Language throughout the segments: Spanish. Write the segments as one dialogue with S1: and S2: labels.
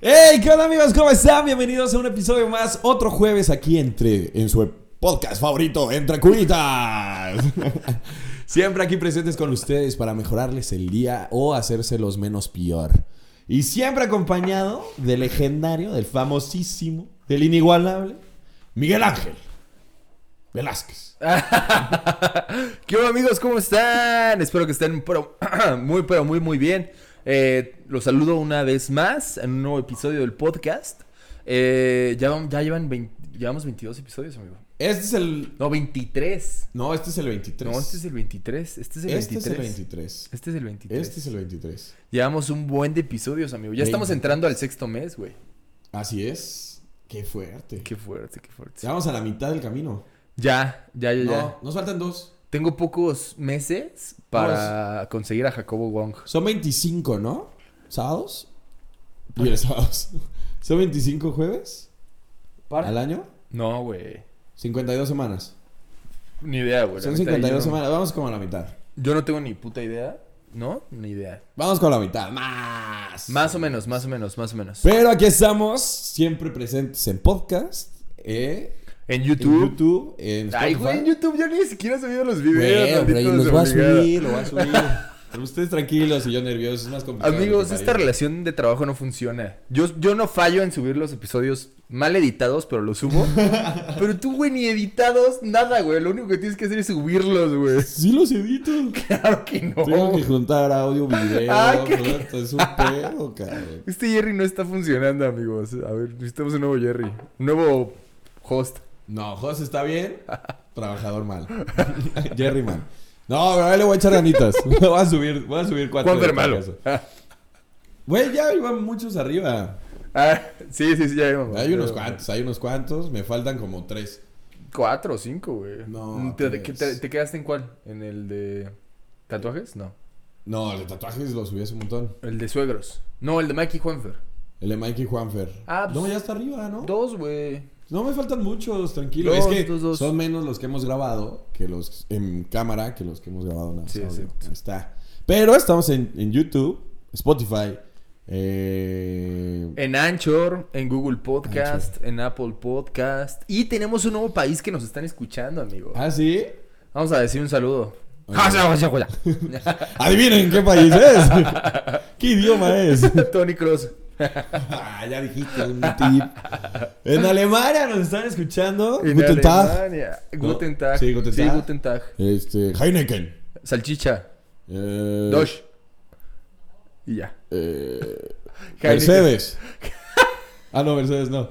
S1: ¡Hey! ¿Qué onda amigos? ¿Cómo están? Bienvenidos a un episodio más, otro jueves aquí entre en su podcast favorito, Entre Cubitas. Siempre aquí presentes con ustedes para mejorarles el día o hacérselos menos peor. Y siempre acompañado del legendario, del famosísimo, del inigualable, Miguel Ángel Velázquez.
S2: ¿Qué onda amigos? ¿Cómo están? Espero que estén pero- muy, pero muy, muy bien. Eh, los saludo una vez más en un nuevo episodio del podcast. Eh, ya, vam- ya llevan 20 llevamos 22 episodios, amigo.
S1: Este es el...
S2: No, 23.
S1: No, este es el 23.
S2: No, este es el 23. Este es el
S1: Este
S2: 23.
S1: es el 23.
S2: Este es el 23.
S1: Este es el 23.
S2: Llevamos un buen de episodios, amigo. Ya estamos
S1: 20.
S2: entrando al sexto mes, güey.
S1: Así es. Qué fuerte.
S2: Qué fuerte, qué fuerte.
S1: Vamos a la mitad del camino.
S2: Ya, ya, ya, ya.
S1: No, nos faltan dos.
S2: Tengo pocos meses para conseguir a Jacobo Wong.
S1: Son 25, ¿no? ¿Sábados? Y el sábados. ¿Son 25 jueves al año?
S2: No, güey.
S1: 52 semanas.
S2: Ni idea, güey. la
S1: Son
S2: neta,
S1: 52
S2: yo no-
S1: semanas. Vamos como a la mitad.
S2: Yo no tengo ni puta idea. ¿No? Ni idea.
S1: Vamos con la mitad. Más.
S2: Más o menos, más o menos, más o menos.
S1: Pero aquí estamos, siempre presentes en podcast, eh,
S2: En
S1: en
S2: YouTube.
S1: YouTube, en Spotify.
S2: Ay, güey, en YouTube yo ni siquiera he subido los videos.
S1: Güey, hombre,
S2: maldito
S1: los voy a
S2: desobligado.
S1: subir, lo voy a subir. Pero ustedes tranquilos y yo nervioso, es más complicado.
S2: Amigos,
S1: de lo que
S2: esta
S1: parece.
S2: relación de trabajo no funciona. Yo, yo no fallo en subir los episodios mal editados, pero los subo. pero tú, güey, ni editados, nada, güey. Lo único que tienes que hacer es subirlos, güey.
S1: Sí los edito.
S2: Claro que no.
S1: Tengo que juntar audio, video,
S2: Ay, qué-
S1: todo esto es un pedo, cabrón.
S2: Este Jerry no está funcionando, amigos. A ver, necesitamos un nuevo Jerry. Un nuevo host.
S1: No, José está bien, trabajador mal. Jerry mal. No, pero ahí le voy a echar ganitas. voy a subir, voy a subir cuatro.
S2: Juan
S1: de
S2: Bermalo.
S1: fracaso. Güey, ya iban muchos arriba.
S2: Ah, sí, sí, sí, ya vimos.
S1: Hay unos cuantos, hay unos cuantos, me faltan como tres.
S2: Cuatro o cinco, güey. Mm,
S1: No,
S2: ¿Te,
S1: apenas.
S2: qué- te- te quedaste en cuál? ¿En el de tatuajes? No.
S1: No, el de tatuajes lo subí hace un montón.
S2: El de suegros. No, el de Mikey Juanfer.
S1: El de Mikey Juanfer.
S2: Ah, pues-
S1: no, ya está arriba, ¿no?
S2: Dos, güey.
S1: Pues No me faltan muchos, tranquilo.
S2: Dos,
S1: es que
S2: dos, dos.
S1: son menos los que hemos grabado que los en cámara que los que hemos grabado en
S2: Sí,
S1: audio.
S2: exacto.
S1: Ahí está. Pero estamos en, en YouTube, Spotify, eh,
S2: En Anchor, en Google Podcast, en Apple Podcast. Y tenemos un nuevo país que nos están escuchando, amigo.
S1: Ah, sí.
S2: Vamos a decir un saludo. Ah,
S1: Adivinen qué país es. ¿Qué idioma es?
S2: Tony Cross.
S1: Ah, ya dijiste un tip. En Alemania nos están escuchando.
S2: En
S1: Guten Tag.
S2: Alemania.
S1: ¿No?
S2: Guten Tag.
S1: Sí, Guten Tag.
S2: Guten Tag.
S1: Este, Heineken.
S2: Salchicha.
S1: Eh,
S2: Dosh. Y ya.
S1: eh,
S2: Heineken.
S1: Mercedes. ah, no, Mercedes no.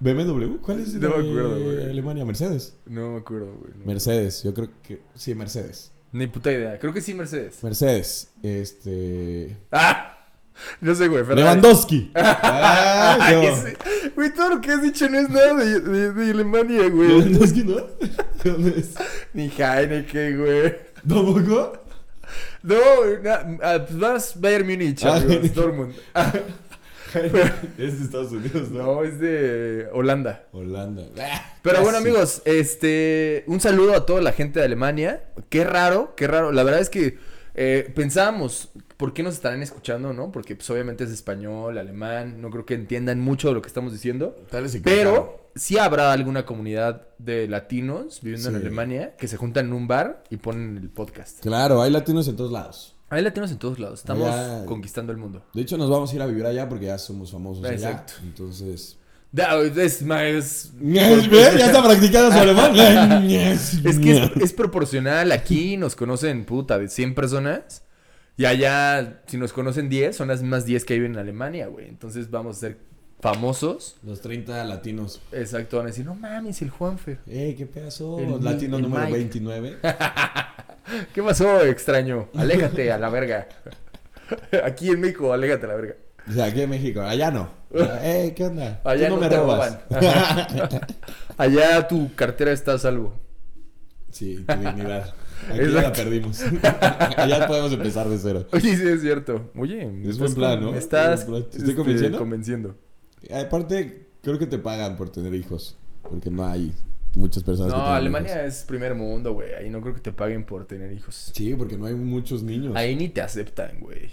S1: BMW, ¿cuál es?
S2: No me
S1: de
S2: acuerdo, güey.
S1: Alemania, Mercedes.
S2: No me acuerdo, güey. no.
S1: Mercedes, yo creo que sí, Mercedes.
S2: Ni puta idea. Creo que sí, Mercedes.
S1: Mercedes, este
S2: ¡Ah! No sé, güey. Ferrari.
S1: Lewandowski. Ah,
S2: Ay,
S1: no.
S2: ese- Güey, todo lo que has dicho no es nada de, de- de Alemania, güey.
S1: Lewandowski, ¿no? ¿De dónde es?
S2: Ni Heineken, güey.
S1: ¿Tampoco?
S2: No, na- ah, pues vas Bayern Múnich,
S1: Ah,
S2: amigos,
S1: Heineken.
S2: Dortmund. Ah,
S1: es de Estados Unidos, ¿no?
S2: no, es de Holanda.
S1: Holanda. Ah,
S2: Pero bueno,
S1: amigos
S2: amigos, este, un saludo a toda la gente de Alemania. Qué raro, qué raro. La verdad es que eh, pensábamos, ¿por qué nos estarán escuchando, no? Porque pues, obviamente es español, alemán, no creo que entiendan mucho de lo que estamos diciendo. Pero sí habrá alguna comunidad de latinos viviendo en
S1: Sí.
S2: Alemania que se juntan en un bar y ponen el podcast.
S1: Claro, hay latinos en todos lados.
S2: Hay latinos en todos lados, estamos
S1: Allá-
S2: conquistando el mundo.
S1: De hecho, nos vamos a ir a vivir allá porque ya somos famosos allá.
S2: Exacto.
S1: Entonces.
S2: Da- Es, más-
S1: ¿Ve? Ya está practicando su alemán. es
S2: Es que es, es proporcional. Aquí nos conocen, puta, de 100 personas. Y allá, si nos conocen 10, son las más 10 que viven en Alemania, güey. Entonces vamos a ser famosos.
S1: Los 30 latinos.
S2: Exacto, van a decir, no mames, el Juanfer.
S1: ¡Eh, qué pedazo!
S2: El
S1: Latino
S2: Mi- el
S1: número
S2: Mike.
S1: 29.
S2: ¿Qué pasó, extraño? Aléjate a la verga. Aquí en México, aléjate a la verga.
S1: O sea, aquí en México. Allá no. ¡Eh, qué onda! Tú
S2: Allá no, te roban. Ajá. Allá tu cartera está a salvo.
S1: Sí, tu dignidad. Aquí ya la
S2: Exacto.
S1: perdimos. allá podemos empezar de cero.
S2: Oye, sí, es cierto. Oye, me
S1: Es buen
S2: estás
S1: plan,
S2: con-
S1: ¿no?
S2: Me estás
S1: Es buen plan. ¿Te estoy
S2: este,
S1: convenciendo?
S2: convenciendo.
S1: Aparte, creo que te pagan por tener hijos. Porque no hay muchas personas que
S2: No,
S1: tengan
S2: Alemania
S1: hijos.
S2: es primer mundo, güey. Ahí no creo que te paguen por tener hijos.
S1: Sí, porque no hay muchos niños.
S2: Ahí ni te aceptan, güey.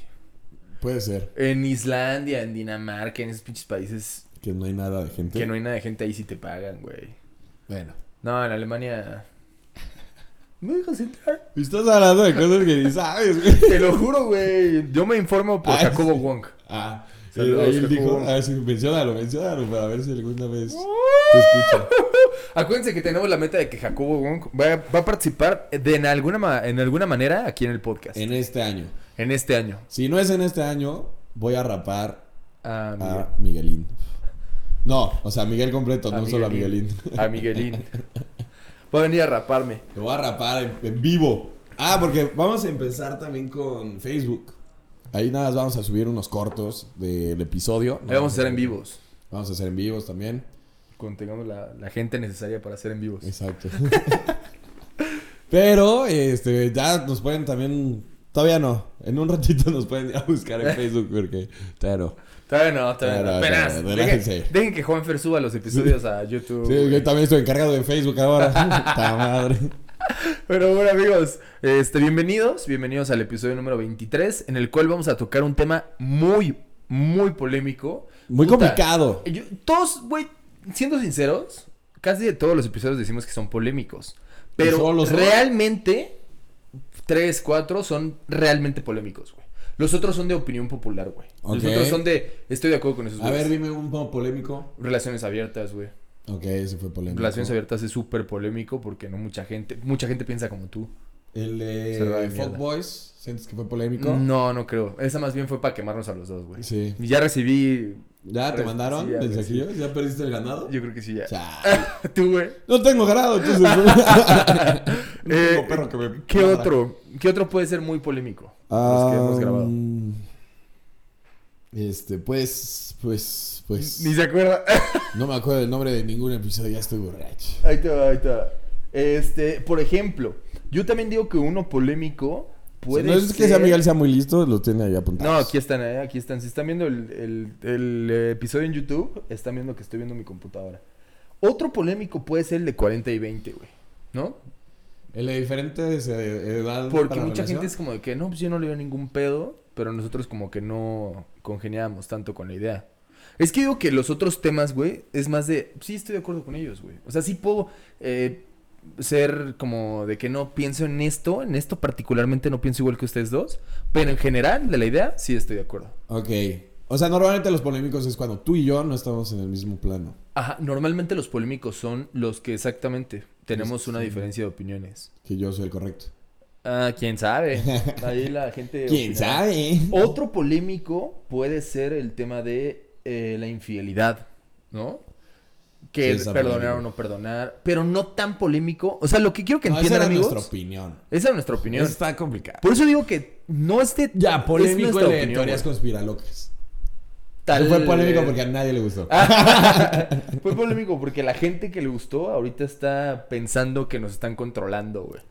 S1: Puede ser
S2: En Islandia, en Dinamarca, en esos pinches países
S1: que no hay nada de gente.
S2: que no hay nada de gente ahí sí te pagan, güey.
S1: Bueno.
S2: No, en Alemania. ¿Me dejas entrar?
S1: Estás hablando de cosas que ni sabes, güey.
S2: Te lo juro, güey. Yo me informo por
S1: Ah,
S2: Jacobo
S1: sí.
S2: Wong.
S1: Ah, sí,
S2: Saludos,
S1: ahí él dijo, ah,
S2: Jacobo.
S1: a ver si mencionalo, mencionalo, para ver si alguna vez te escucha.
S2: Acuérdense que tenemos la meta de que Jacobo Wong va, va a participar de en alguna, ma- en alguna manera aquí en el podcast. En,
S1: En este año.
S2: este año.
S1: Si no es en este año, voy a rapar
S2: Ah, mira.
S1: a Miguelín. No, o sea, Miguel completo, no solo a Miguelín.
S2: A Miguelín. Va a venir a raparme.
S1: Lo voy a rapar en, en vivo. Ah, porque vamos a empezar también con Facebook. Ahí nada más vamos a subir unos cortos del episodio.
S2: Ahí vamos a hacer en vivos.
S1: Vamos a hacer en vivos también.
S2: Cuando tengamos la, la gente necesaria para hacer en vivos.
S1: Exacto. Pero, este, ya nos pueden también. Todavía no. En un ratito nos pueden ir a buscar en Facebook porque. Claro.
S2: Todavía no, todavía no.
S1: Claro,
S2: Apenas.
S1: claro, relájense.
S2: dejen, dejen que Juanfer suba los episodios a YouTube.
S1: Sí, yo también estoy encargado de Facebook ahora. ¡Ta madre!
S2: Pero bueno, amigos, este, bienvenidos, bienvenidos al episodio número 23, en el cual vamos a tocar un tema muy, muy polémico.
S1: Muy
S2: Puta,
S1: complicado.
S2: yo- todos, güey, siendo sinceros, casi de todos los episodios decimos que son polémicos. Pero
S1: solo los dos?
S2: realmente, tres, cuatro son realmente polémicos, güey. Los otros son de opinión popular, güey.
S1: Ok.
S2: Los otros son de, estoy de acuerdo con esos
S1: A
S2: güeyes.
S1: ver, dime un poco polémico.
S2: Relaciones abiertas, güey.
S1: Ok, ese fue polémico.
S2: Relaciones abiertas es súper polémico porque no mucha gente, mucha gente piensa como tú.
S1: El
S2: Se va de
S1: de
S2: mierda.
S1: Fuck Boys, ¿sientes que fue polémico?
S2: No, no creo. Esa más bien fue para quemarnos a los dos, güey.
S1: Sí.
S2: Ya recibí.
S1: ¿Ya te
S2: Res-
S1: mandaron
S2: Pues, sí, ya,
S1: mensajillos? ¿Ya perdiste el ganado?
S2: Yo creo que sí, ya.
S1: Chale.
S2: Tú, güey.
S1: No tengo ganado, entonces. No
S2: Eh,
S1: tengo perro que me-
S2: ¿Qué otro? ¿Qué otro puede ser muy polémico? Los que hemos grabado.
S1: Am, Este, pues, pues, pues.
S2: Ni se acuerda.
S1: No me acuerdo el nombre de ningún episodio, ya estoy borracho.
S2: ahí te va, ahí te va. Este, por ejemplo, yo también digo que uno polémico puede
S1: Si no es que sea
S2: ser-
S1: Miguel sea muy listo, lo tiene ahí apuntado.
S2: No, aquí están, eh, aquí están. Si están viendo el, el- el, eh, episodio en YouTube, están viendo que estoy viendo mi computadora. Otro polémico puede ser el de 40 y 20, güey. ¿No?
S1: El de diferentes eh, edad.
S2: Porque
S1: para la
S2: mucha gente es
S1: relación.
S2: como de que, no, pues yo no le veo ningún pedo, pero nosotros como que no congeniábamos tanto con la idea. Es que digo que los otros temas, güey, es más de, sí estoy de acuerdo con ellos, güey. O sea, sí puedo eh, ser como de que no pienso en esto, en esto particularmente no pienso igual que ustedes dos, pero en general de la idea sí estoy de acuerdo.
S1: Ok. O sea, normalmente los polémicos es cuando tú y yo no estamos en el mismo plano.
S2: Ajá, normalmente los polémicos son los que exactamente tenemos una diferencia de opiniones.
S1: Que yo soy el correcto.
S2: Ah, quién sabe. Ahí la gente.
S1: ¿Quién
S2: opinará.
S1: sabe?
S2: Otro polémico puede ser el tema de eh, la infidelidad, ¿no?
S1: Sí,
S2: Que
S1: está
S2: perdonar
S1: polémico.
S2: o no perdonar, pero no tan polémico. O sea, lo que quiero que
S1: No, esa
S2: entiendan,
S1: era
S2: amigos,
S1: nuestra opinión.
S2: esa es nuestra opinión.
S1: Está complicado.
S2: Por eso digo que no esté
S1: Ya,
S2: es
S1: polémico
S2: nuestra
S1: el de
S2: opinión,
S1: teorías
S2: güey.
S1: conspiralocas.
S2: Tal-
S1: Fue polémico porque a nadie le gustó.
S2: Fue polémico porque la gente que le gustó ahorita está pensando que nos están controlando, güey.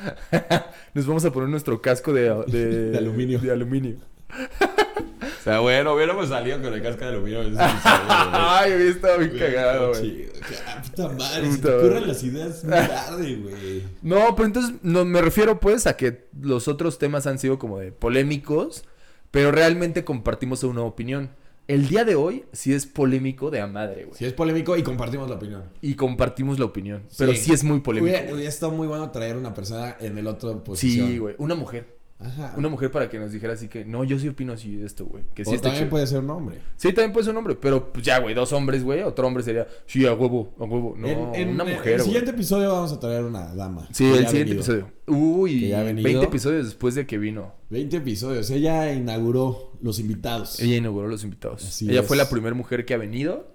S2: Nos vamos a poner nuestro casco de,
S1: De aluminio.
S2: De aluminio.
S1: O sea, bueno, hubiéramos salido con el casco de aluminio.
S2: Ay, había estado bien cagado, güey.
S1: Chido. Ah, Puta madre, se
S2: Puta
S1: te
S2: madre.
S1: ocurren las ideas muy tarde, güey.
S2: No, pero entonces no, me refiero pues a que los otros temas han sido como de polémicos, pero realmente compartimos una opinión. El día de hoy sí es polémico de a madre, güey.
S1: Si es polémico y compartimos la opinión.
S2: Y compartimos la opinión, pero
S1: Sí.
S2: sí es muy polémico.
S1: Hubiera,
S2: güey.
S1: hubiera estado muy bueno traer una persona en el otro posición.
S2: Sí, güey. Una mujer.
S1: Ajá.
S2: Una mujer para que nos dijera así que, no, yo sí opino así de esto, güey. Que sí
S1: o
S2: está
S1: también
S2: chido.
S1: puede ser un hombre.
S2: Sí, también puede ser un hombre, pero pues ya, güey, dos hombres, güey. Otro hombre sería, sí, a huevo, a huevo. No,
S1: En- en-
S2: una
S1: En
S2: mujer,
S1: el
S2: güey.
S1: siguiente episodio vamos a traer una dama.
S2: Sí,
S1: Que
S2: el
S1: ya ha
S2: siguiente
S1: venido.
S2: episodio.
S1: Que
S2: Uy,
S1: ya ha venido.
S2: 20 episodios después de que vino.
S1: 20 episodios. Ella inauguró los invitados.
S2: Ella inauguró los invitados.
S1: Así
S2: Ella
S1: es.
S2: fue la primera mujer que ha venido,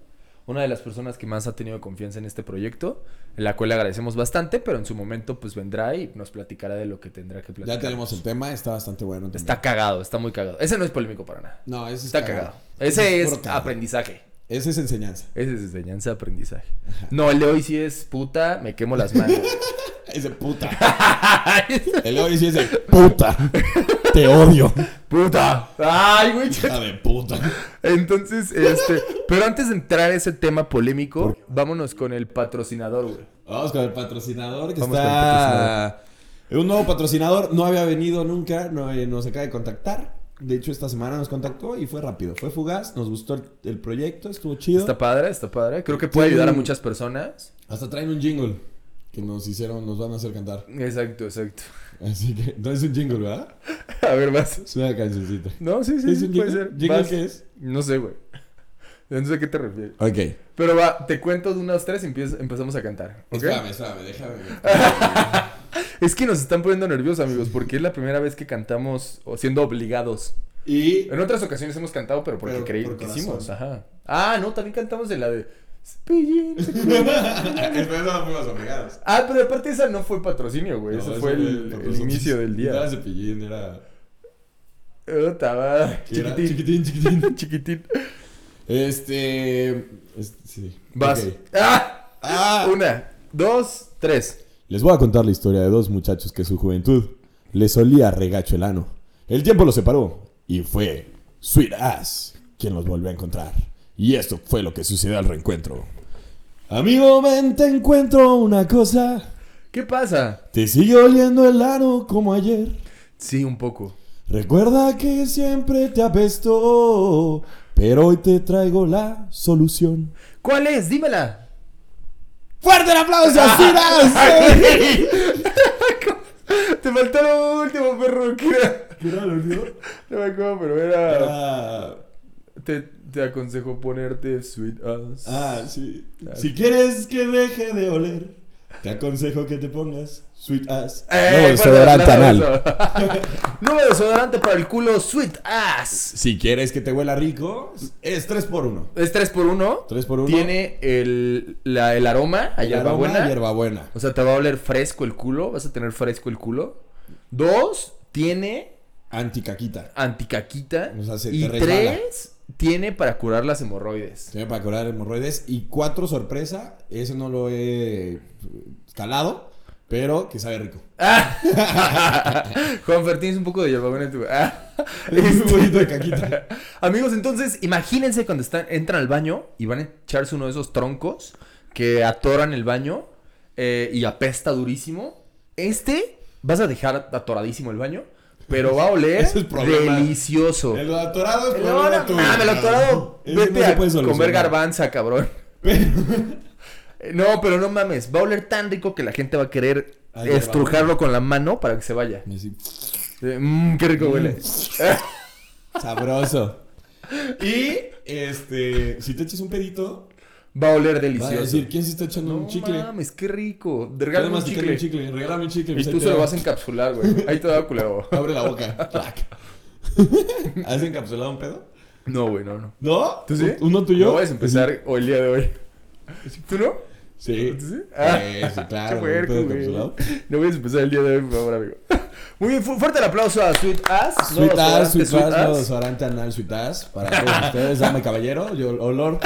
S2: una de las personas que más ha tenido confianza en este proyecto, en la cual le agradecemos bastante, pero en su momento pues vendrá y nos platicará de lo que tendrá que platicar.
S1: Ya tenemos el tema, está bastante bueno. también.
S2: Está cagado, está muy cagado. Ese no es polémico para nada.
S1: No, ese
S2: Está
S1: es
S2: cagado.
S1: Ese
S2: Ese
S1: es
S2: es
S1: puro cagado.
S2: aprendizaje.
S1: Esa es enseñanza.
S2: Ese es enseñanza, aprendizaje. No, el de hoy sí es puta, me quemo las manos.
S1: Es de puta. El hoy sí es de puta. Te odio.
S2: ¡Puta! ¡Ay, güey!
S1: Hija de puta.
S2: Entonces, este. Pero antes de entrar a ese tema polémico, vámonos con el patrocinador, güey.
S1: Vamos con el patrocinador que
S2: Vamos con el
S1: está. Un nuevo patrocinador. No había venido nunca. No, eh, nos acaba de contactar. De hecho, esta semana nos contactó y fue rápido. Fue fugaz, nos gustó el, el proyecto, estuvo chido.
S2: Está padre, está padre. Creo que puede
S1: Sí.
S2: ayudar a muchas personas.
S1: Hasta traen un jingle que nos hicieron, nos van a hacer cantar.
S2: Exacto, exacto.
S1: Así que, no es un jingle, ¿verdad?
S2: A ver, vas.
S1: Es una cancioncita.
S2: No, sí, sí,
S1: ¿Es
S2: sí,
S1: un
S2: puede
S1: jingle?
S2: ser.
S1: ¿Jingle
S2: Vas.
S1: qué es?
S2: No sé, güey. No sé a qué te refieres.
S1: Ok.
S2: Pero va, te cuento de unas tres y empieza- empezamos a cantar. ¿ok?
S1: Espérame, espérame, déjame.
S2: Es que nos están poniendo nerviosos, amigos, porque es la primera vez que cantamos o siendo obligados.
S1: y
S2: En otras ocasiones hemos cantado, pero porque
S1: Pero
S2: creí
S1: por
S2: que
S1: corazón.
S2: hicimos. Ajá. Ah, no, también cantamos de la de. Cepillín, Cepillín.
S1: Después no fuimos obligados.
S2: Ah, pero aparte esa no fue patrocinio, güey. ese fue el, el inicio del
S1: No
S2: día.
S1: era cepillín, era.
S2: Puta madre.
S1: ¿qué era? chiquitín,
S2: Chiquitín.
S1: chiquitín.
S2: Chiquitín.
S1: Este. este, sí.
S2: Vas.
S1: Ok.
S2: ¡Ah!
S1: Ah.
S2: Una, dos, tres.
S1: Les voy a contar la historia de dos muchachos que su juventud les solía regacho el ano. El tiempo los separó y fue Sweet Ass quien los volvió a encontrar. Y esto fue lo que sucedió al reencuentro. Amigo, ven, te encuentro una cosa.
S2: ¿Qué pasa?
S1: Te sigue oliendo el ano como ayer.
S2: Sí, un poco.
S1: Recuerda que siempre te apestó, pero hoy te traigo la solución.
S2: ¿Cuál es? Dímela. Ah,
S1: ¡Fuerte el aplauso a Sweet Ass!
S2: Te faltó lo último, perro. que era-
S1: ¿Qué era lo último?
S2: No me acuerdo, pero era.
S1: Ah,
S2: Te, te aconsejo ponerte sweet ass.
S1: Ah, sí. Si quieres que deje de oler, te aconsejo que te pongas sweet ass.
S2: Eh,
S1: No, este
S2: ¿cuál
S1: desodorante
S2: era?
S1: anal.
S2: Nuevo desodorante para el culo, sweet ass.
S1: Si quieres que te huela rico, es 3 por 1
S2: Es 3 por 1
S1: 3 por 1
S2: Tiene el, la- el aroma a hierbabuena.
S1: hierbabuena.
S2: O sea, te va a oler fresco el culo. Vas a tener fresco el culo. Dos, tiene
S1: Anticaquita.
S2: anticaquita.
S1: O sea, se te
S2: y
S1: resbala.
S2: tres, tiene para curar las hemorroides.
S1: Tiene para curar hemorroides. Y 4 sorpresa, eso no lo he calado, pero que sabe rico.
S2: Juanfer, tienes un poco de hierbabuena en tu... Ah,
S1: Es un
S2: este-
S1: poquito de caquita.
S2: Amigos, entonces, imagínense cuando están, entran al baño y van a echarse uno de esos troncos que atoran el baño eh, y apesta durísimo. Este vas a dejar atoradísimo el baño, pero va a oler
S1: Ese es problema.
S2: delicioso.
S1: El atorado es
S2: No,
S1: problema
S2: no,
S1: tuyo.
S2: mames, el atorado,
S1: Ese no
S2: vete
S1: se
S2: a
S1: puede solucionar.
S2: comer garbanza, cabrón.
S1: Pero-
S2: Eh, No, pero no mames, va a oler tan rico que la gente va a querer
S1: Ay,
S2: estrujarlo con la mano para que se vaya.
S1: Así,
S2: Eh, Mmm, qué rico huele.
S1: Sabroso.
S2: Y
S1: Este, si te echas un pedito,
S2: va a oler
S1: va a
S2: delicioso.
S1: decir, ¿quién se está echando un chicle?
S2: No mames, qué rico.
S1: Regálame
S2: Regálame un chicle.
S1: un chicle, regálame un chicle.
S2: Y
S1: pues, ahí
S2: tú
S1: te
S2: se lo
S1: va.
S2: vas a encapsular, güey. Ahí te da culero.
S1: Abre la boca. Clac. ¿Has encapsulado un pedo?
S2: No, güey, no, no.
S1: ¿No?
S2: ¿Tú sí?
S1: ¿Uno tuyo?
S2: No vas a
S1: Pues
S2: empezar hoy el día de hoy. ¿Tú no?
S1: Sí.
S2: ¿Tú sí? Ah.
S1: Eh, sí, claro.
S2: Qué
S1: un
S2: puerco,
S1: pedo
S2: güey.
S1: encapsulado.
S2: No voy a empezar el día de hoy, por favor, amigo. Muy bien, fu- fuerte el aplauso a Sweet Ass. ¿no?
S1: Sweet ass,
S2: Restaurante
S1: sweet ass,
S2: Sweet
S1: no,
S2: Ass.
S1: desodorante anal, sweet ass. Para todos ustedes, dame caballero. Yo, olor.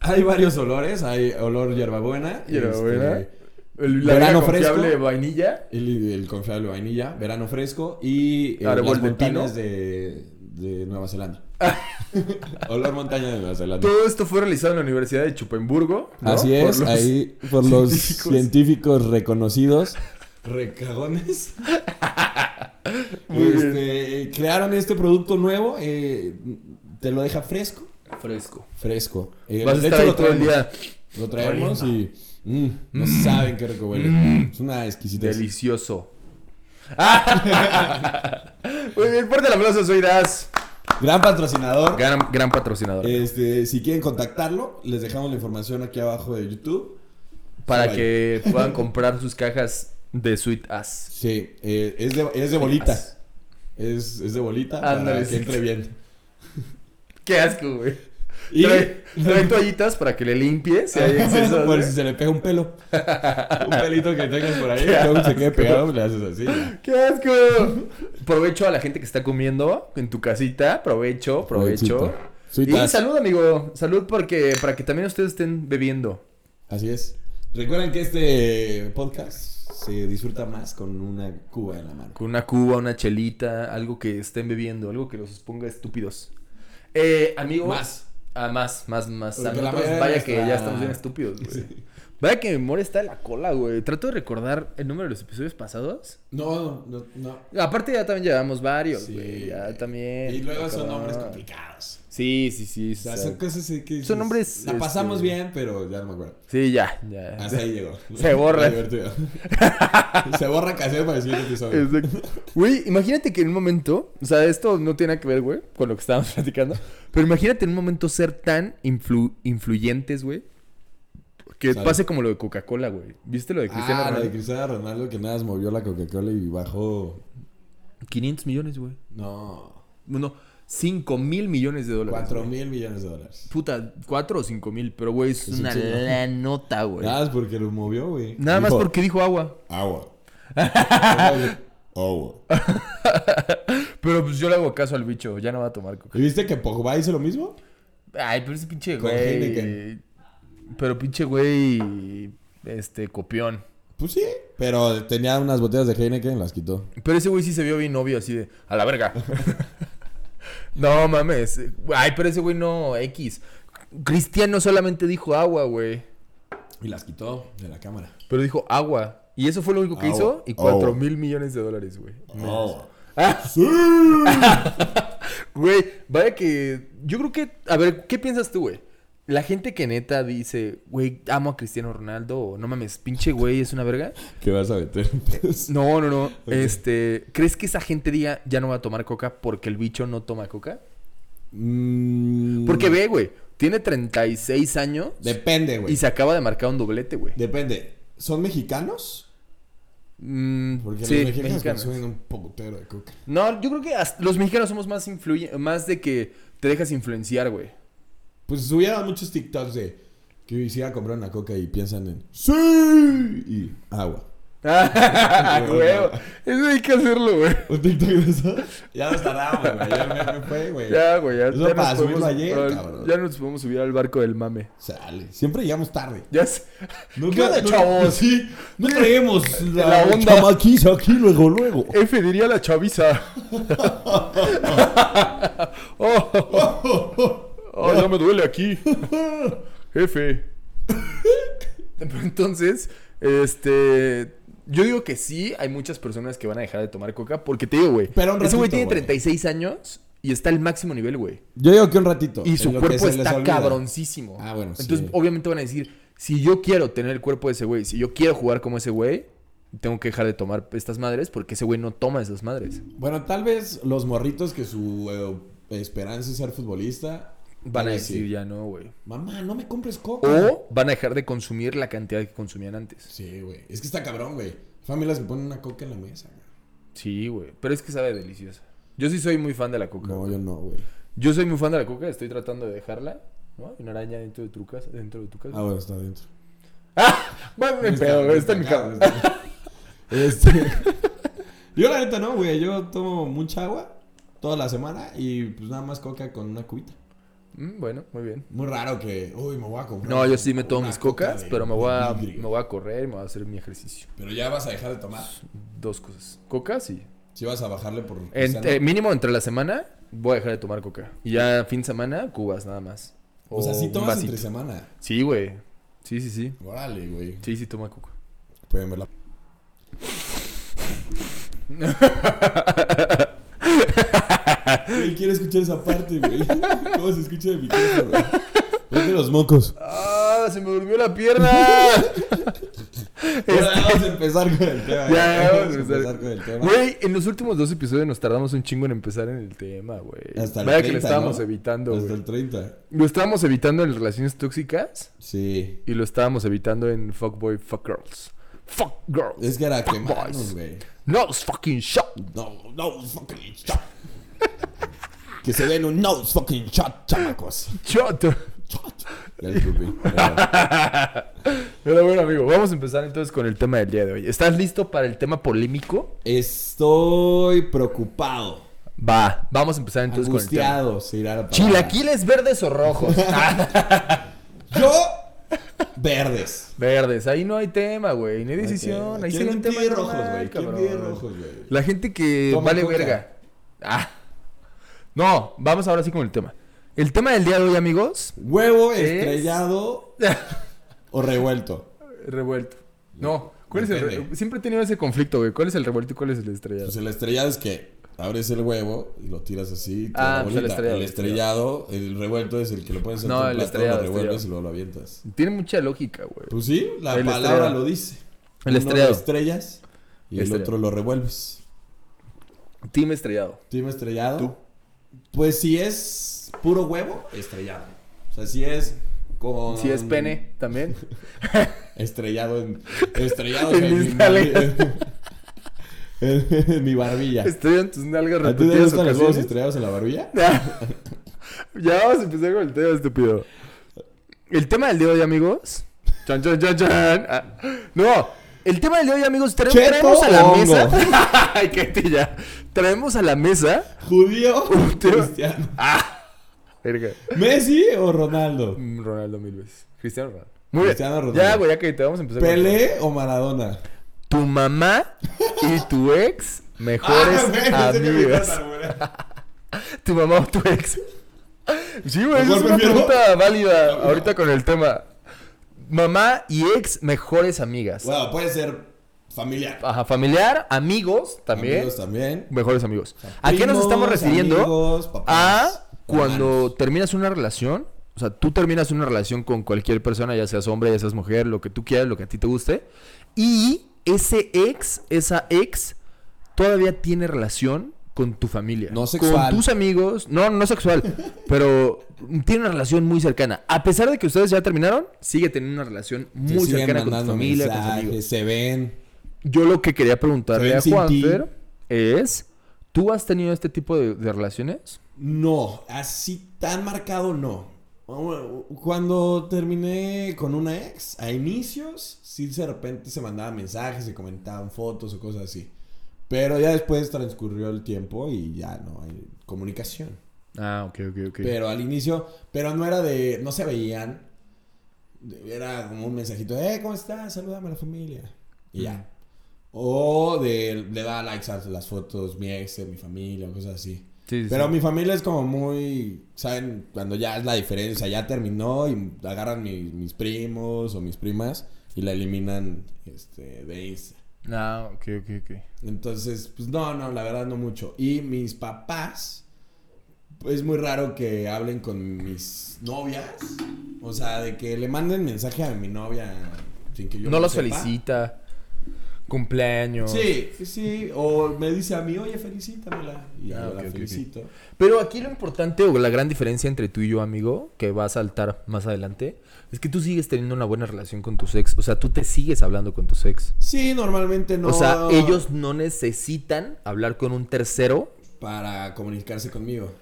S1: Hay varios olores. Hay olor hierbabuena.
S2: Hierbabuena.
S1: este,
S2: El- La
S1: Verano
S2: verano confiable
S1: fresco.
S2: de vainilla.
S1: El, el confiable vainilla, verano fresco y eh,
S2: Árbol
S1: las
S2: de
S1: montañas
S2: pino.
S1: de, de Nueva Zelanda. Olor montaña de Nueva Zelanda.
S2: Todo esto fue realizado en la Universidad de Chupemburgo. ¿no?
S1: Así
S2: Por
S1: es,
S2: los-
S1: ahí por los
S2: científicos.
S1: científicos reconocidos. Recagones.
S2: Muy bien.
S1: Este, crearon este producto nuevo, eh, te lo deja fresco.
S2: Fresco.
S1: Fresco. Eh,
S2: Vas a
S1: de
S2: estar
S1: hecho,
S2: ahí
S1: lo
S2: todo el
S1: traemos.
S2: día.
S1: Lo traemos y mm, no saben qué rico huele.
S2: Mm.
S1: Es una exquisita.
S2: Delicioso. Muy bien, fuerte el aplauso, soy Das.
S1: Gran patrocinador.
S2: Gran, gran patrocinador.
S1: Este, si quieren contactarlo, les dejamos la información aquí abajo de YouTube.
S2: para
S1: sí,
S2: que puedan comprar sus cajas de Sweet Ass.
S1: Sí, eh, es, de, es de bolita. Es, es de bolita
S2: Ándale,
S1: para
S2: sí.
S1: que entre bien.
S2: Qué asco, güey.
S1: Y
S2: Trae, trae toallitas para que le limpies si hay exceso.
S1: por si se le pega un pelo. un pelito que tengas por ahí,
S2: Qué
S1: que aún se quede
S2: asco.
S1: pegado, le haces así. ya.
S2: ¡Qué asco! Provecho a la gente que está comiendo en tu casita. Provecho, provecho.
S1: Provechito. Sweet
S2: Y
S1: ass.
S2: salud, amigo. Salud porque para que también ustedes estén bebiendo.
S1: Así es. Recuerden que este podcast se disfruta más con una cuba en la mano.
S2: Con una cuba, una chelita, algo que estén bebiendo, algo que los ponga estúpidos. Eh, amigos.
S1: Más.
S2: Ah, más, más, más.
S1: Porque
S2: a
S1: la
S2: nosotros,
S1: mayoría de
S2: vaya
S1: nuestra-
S2: que ya estamos bien estúpidos, güey. Vaya que mi memoria está de la cola, güey. Trato de recordar el número de los episodios pasados.
S1: No, no, no.
S2: Aparte ya también llevamos varios,
S1: Sí,
S2: güey. Ya
S1: güey.
S2: también.
S1: Y luego son
S2: cabrón.
S1: nombres complicados.
S2: Sí, sí, sí.
S1: O sea,
S2: sí.
S1: son cosas que... dices,
S2: Son nombres,
S1: La pasamos
S2: este,
S1: bien, pero ya no me acuerdo.
S2: Sí, ya, ya.
S1: Hasta ahí llegó.
S2: Se borra.
S1: Está divertido. Se borra casero para el siguiente episodio.
S2: Exacto. Güey, imagínate que en un momento, o sea, esto no tiene nada que ver, güey, con lo que estábamos platicando, pero imagínate en un momento ser tan influ- influyentes, güey, que
S1: Sale.
S2: pase como lo de Coca-Cola, güey. ¿Viste lo de Cristiano
S1: ah, la de
S2: Ronaldo?
S1: Cristiano Ronaldo que nada más movió la Coca-Cola y bajó.
S2: 500 millones, güey.
S1: No.
S2: No, 5 mil millones de dólares.
S1: 4
S2: güey.
S1: mil millones de dólares.
S2: Puta, 4 o 5 mil, pero, güey, es
S1: Es un
S2: una
S1: chingo.
S2: la nota, güey.
S1: Nada más porque lo movió, güey.
S2: Nada más
S1: Dijo,
S2: porque dijo agua.
S1: Agua. Agua.
S2: Pero pues yo le hago caso al bicho, ya no va a tomar coca
S1: ¿Y viste que Pogba hizo lo mismo?
S2: Ay, pero ese pinche
S1: Con
S2: güey.
S1: Heineken.
S2: Pero pinche güey. Este, copión.
S1: Pues sí. Pero tenía unas botellas de Heineken, las quitó.
S2: Pero ese güey sí se vio bien obvio, así de. A la verga. no mames. Ay, pero ese güey no. X. Cristiano solamente dijo agua, güey.
S1: Y las quitó de la cámara.
S2: Pero dijo agua. Y eso fue lo único que
S1: Agua.
S2: hizo. Y cuatro
S1: Agua.
S2: mil millones de dólares, güey.
S1: Agua.
S2: Ah,
S1: ¡Sí!
S2: Güey, vaya que. Yo creo que. A ver, ¿qué piensas tú, güey? La gente que neta dice, güey, amo a Cristiano Ronaldo. O no mames, pinche güey, es una verga.
S1: ¿Qué vas a meter?
S2: No, no, no. Este, ¿crees que esa gente diga ya no va a tomar coca porque el bicho no toma coca?
S1: Mm,
S2: Porque ve, güey, tiene 36 años
S1: Depende,
S2: y
S1: güey.
S2: se acaba de marcar un doblete, güey.
S1: Depende. ¿Son mexicanos?
S2: Mm,
S1: Porque
S2: sí,
S1: los mexicanos,
S2: mexicanos.
S1: consumen un pocotero de coca.
S2: No, yo creo que hasta- los mexicanos somos más influye más de que te dejas influenciar, güey.
S1: Pues subieron muchos TikToks de que hiciera comprar una coca y piensan en ¡Sí! y agua.
S2: Ah, huevo. Eso hay que hacerlo, güey.
S1: ¿Un TikTok de eso? Ya nos tardamos, güey. Ya me, me fue, güey.
S2: Ya, güey, ya,
S1: Eso
S2: ya
S1: para
S2: nos
S1: subirlo
S2: podemos,
S1: ayer,
S2: al-
S1: cabrón.
S2: ya nos podemos subir al barco del mame.
S1: Sale. Siempre llegamos tarde.
S2: Ya sé. ¿Qué onda,
S1: no-
S2: chavos?
S1: Sí, no traemos la,
S2: La onda.
S1: onda. chamaquiza aquí luego, luego.
S2: F diría la chaviza. oh, oh, ya me duele aquí. F. Entonces, este. Yo digo que sí, hay muchas personas que van a dejar de tomar coca. Porque te digo, güey.
S1: Pero un
S2: ese güey
S1: ratito,
S2: tiene
S1: güey.
S2: 36 años y está al máximo nivel, güey.
S1: Yo digo que un ratito.
S2: Y
S1: en
S2: su
S1: lo que
S2: cuerpo
S1: se les
S2: está
S1: olvida.
S2: cabroncísimo.
S1: Ah, bueno, sí.
S2: Entonces, obviamente van a decir: si yo quiero tener el cuerpo de ese güey, si yo quiero jugar como ese güey, tengo que dejar de tomar estas madres porque ese güey no toma esas madres.
S1: Bueno, tal vez los morritos que su eh, esperanza es ser futbolista
S2: Van a decir ya no, güey.
S1: Mamá, no me compres coca.
S2: O van a dejar de consumir la cantidad que consumían antes.
S1: Sí, güey. Es que está cabrón, güey. Familias que ponen una coca en la mesa. güey.
S2: Sí, güey. Pero es que sabe deliciosa. Yo sí soy muy fan de la coca.
S1: No,
S2: güey.
S1: yo no, güey.
S2: Yo soy muy fan de la coca, estoy tratando de dejarla. ¿No? Hay Una araña dentro de tu casa. Dentro de tu casa.
S1: Ah, bueno, está adentro.
S2: ¡Ah! Bueno, me pedo, güey, está en mi
S1: acá,
S2: cama.
S1: está- Este. Yo la neta no, güey. Yo tomo mucha agua toda la semana y pues nada más coca con una cubita.
S2: Mm, bueno, muy bien.
S1: Muy raro que, uy, me voy a comprar.
S2: No, yo sí me tomo
S1: una
S2: mis
S1: coca
S2: cocas,
S1: de-
S2: pero me voy, a,
S1: de vidrio.
S2: me voy a correr, me voy a hacer mi ejercicio.
S1: Pero ya vas a dejar de tomar.
S2: Dos cosas. Coca, sí.
S1: Si vas a bajarle por.
S2: En-
S1: o sea,
S2: eh,
S1: no-
S2: mínimo entre la semana voy a dejar de tomar coca. Y ya fin de semana, cubas nada más.
S1: o sea, sí
S2: un
S1: tomas
S2: vasito.
S1: entre semana.
S2: Sí, güey. Sí, sí, sí.
S1: Órale, güey.
S2: Sí, sí, toma coca.
S1: Pueden verla. Él quiere escuchar esa parte, güey. ¿Cómo se escucha de mi casa, güey? Es de los mocos.
S2: ¡Ah! ¡Se me durmió la pierna!
S1: Bueno, ya vamos a empezar con el tema.
S2: Este, Ya, ya vamos a
S1: empezar
S2: empezar.
S1: con el tema.
S2: Güey, en los últimos dos episodios nos tardamos un chingo en empezar en el tema, güey.
S1: Hasta el
S2: Vaya que lo
S1: 30,
S2: estábamos
S1: ¿no?
S2: evitando,
S1: Hasta
S2: güey.
S1: el 30.
S2: Lo estábamos evitando en relaciones tóxicas
S1: Sí.
S2: y lo estábamos evitando en fuckboy, fuck girls. Fuck girls.
S1: Es que era
S2: Fuck
S1: quemarnos,
S2: boys.
S1: güey.
S2: No fucking shot.
S1: No, no fucking shot. que se den un no fucking shot, chamacos.
S2: Shot.
S1: Shot. Ya disculpe.
S2: Pero bueno, amigo, vamos a empezar entonces con el tema del día de hoy. ¿Estás listo para el tema polémico?
S1: Estoy preocupado.
S2: Va, vamos a empezar entonces con el tema.
S1: Angustiado, se irá la palabra.
S2: Chilaquiles verdes o rojos. Ah,
S1: Yo, verdes.
S2: Verdes, ahí no hay tema, güey, ni decisión. Ahí
S1: ¿Quién
S2: sería un tema
S1: pide
S2: normal,
S1: rojos, güey? ¿Quién
S2: cabrón.
S1: pide rojos, güey?
S2: La gente que
S1: Toma
S2: vale
S1: coca.
S2: verga. Ah. No, vamos ahora sí con el tema. El tema del día de hoy, amigos.
S1: Huevo
S2: Es-
S1: estrellado o revuelto.
S2: revuelto. No, ¿cuál es el re-
S1: Depende.
S2: Siempre he tenido ese conflicto, güey. ¿Cuál es el revuelto y cuál es el estrellado?
S1: Pues el estrellado es que abres el huevo y lo tiras así. y te
S2: Ah,
S1: da
S2: pues el
S1: bolita.
S2: estrellado,
S1: el estrellado, el revuelto es el que lo pones en
S2: No,
S1: tu
S2: el
S1: plato,
S2: estrellado,
S1: lo
S2: el
S1: revuelves
S2: estrellado.
S1: y luego lo avientas.
S2: Tiene mucha lógica, güey.
S1: Pues sí, la
S2: El
S1: palabra
S2: estrellado.
S1: lo dice.
S2: El
S1: Uno
S2: estrellado.
S1: lo estrellas y el
S2: Estrellado.
S1: otro lo revuelves.
S2: Team estrellado.
S1: ¿Team estrellado?
S2: Tú.
S1: Pues si es puro huevo, estrellado. O sea, si es con...
S2: Si es pene, también.
S1: Estrellado en... Estrellado
S2: En mis nalgas.
S1: en- en mi barbilla.
S2: Estrellan tus nalgas
S1: ¿A ti te
S2: repetidas
S1: gustan los huevos
S2: ocasiones.
S1: estrellados en la barbilla?
S2: ya vamos a empezar con el tema estúpido. El tema del día de hoy, amigos. Chan, chan, chan, chan. Ah, no, el tema del día de hoy, amigos. tra-
S1: ¿Cheto
S2: traemos a la
S1: o hongo?
S2: mesa. Ay, qué tilla. Traemos a la mesa.
S1: ¿Judío o
S2: Tío.
S1: cristiano?
S2: Verga.
S1: ¿Messi o Ronaldo?
S2: Mm, Ronaldo mil veces. Cristiano Ronaldo. Muy
S1: Cristiano
S2: bien.
S1: Ronaldo.
S2: Ya, güey, ya que te vamos a empezar. con-
S1: ¿Pelé o Maradona?
S2: Tu mamá y tu ex mejores
S1: Ah, güey, pensé que me ibas
S2: amigas.
S1: a volver.
S2: Tu mamá o tu ex. Sí, güey,
S1: Mejor
S2: esa es una
S1: prefiero-
S2: pregunta válida ahorita con el tema. Mamá y ex mejores amigas.
S1: Bueno, puede ser familiar.
S2: Ajá, familiar, amigos también.
S1: Amigos también.
S2: Mejores amigos. ¿A qué nos
S1: Primos,
S2: estamos refiriendo?
S1: amigos, papás,
S2: a cuando
S1: hermanos.
S2: terminas una relación. O sea, tú terminas una relación con cualquier persona, ya seas hombre, ya seas mujer, lo que tú quieras, lo que a ti te guste. Y ese ex, esa ex, todavía tiene relación con tu familia.
S1: No sexual.
S2: Con tus amigos. No, no sexual. pero tiene una relación muy cercana. A pesar de que ustedes ya terminaron, sigue teniendo una relación
S1: Te
S2: muy
S1: siguen
S2: cercana con tu
S1: mandando
S2: familia, con tus
S1: mensajes,
S2: amigos.
S1: Se ven.
S2: Yo lo que quería preguntarle
S1: Se ven
S2: a
S1: sin ti.
S2: Juanfer es, ¿tú has tenido este tipo de, de relaciones?
S1: No, así tan marcado no. Cuando terminé con una ex, a inicios, sí de repente se mandaban mensajes, se comentaban fotos o cosas así. Pero ya después transcurrió el tiempo y ya no hay comunicación.
S2: Ah, ok, ok, ok.
S1: Pero al inicio, pero no era de, no se veían. Era como un mensajito de, eh, ¿cómo estás? Salúdame a la familia. Y ya. O de, le da likes a las fotos, mi ex, de mi familia, o cosas así.
S2: Sí, sí,
S1: Pero
S2: sí.
S1: mi familia es como muy, ¿saben? Cuando ya es la diferencia, ya terminó y agarran mis, mis primos o mis primas y la eliminan este, de Insta.
S2: Ah, ok, ok, ok.
S1: Entonces, pues no, no, la verdad no mucho. Y mis papás, pues es muy raro que hablen con mis novias. O sea, de que le manden mensaje a mi novia sin que yo
S2: no
S1: lo
S2: los
S1: sepa.
S2: felicita. Cumpleaños.
S1: Sí, sí. O me dice a mí, oye, felicítamela. Y yo
S2: Ah, ok,
S1: la
S2: ok, ok.
S1: felicito.
S2: Pero aquí lo importante o la gran diferencia entre tú y yo, amigo, que va a saltar más adelante, es que tú sigues teniendo una buena relación con tus ex. O sea, tú te sigues hablando con tus ex.
S1: Sí, normalmente no.
S2: O sea, ellos no necesitan hablar con un tercero
S1: Para comunicarse conmigo.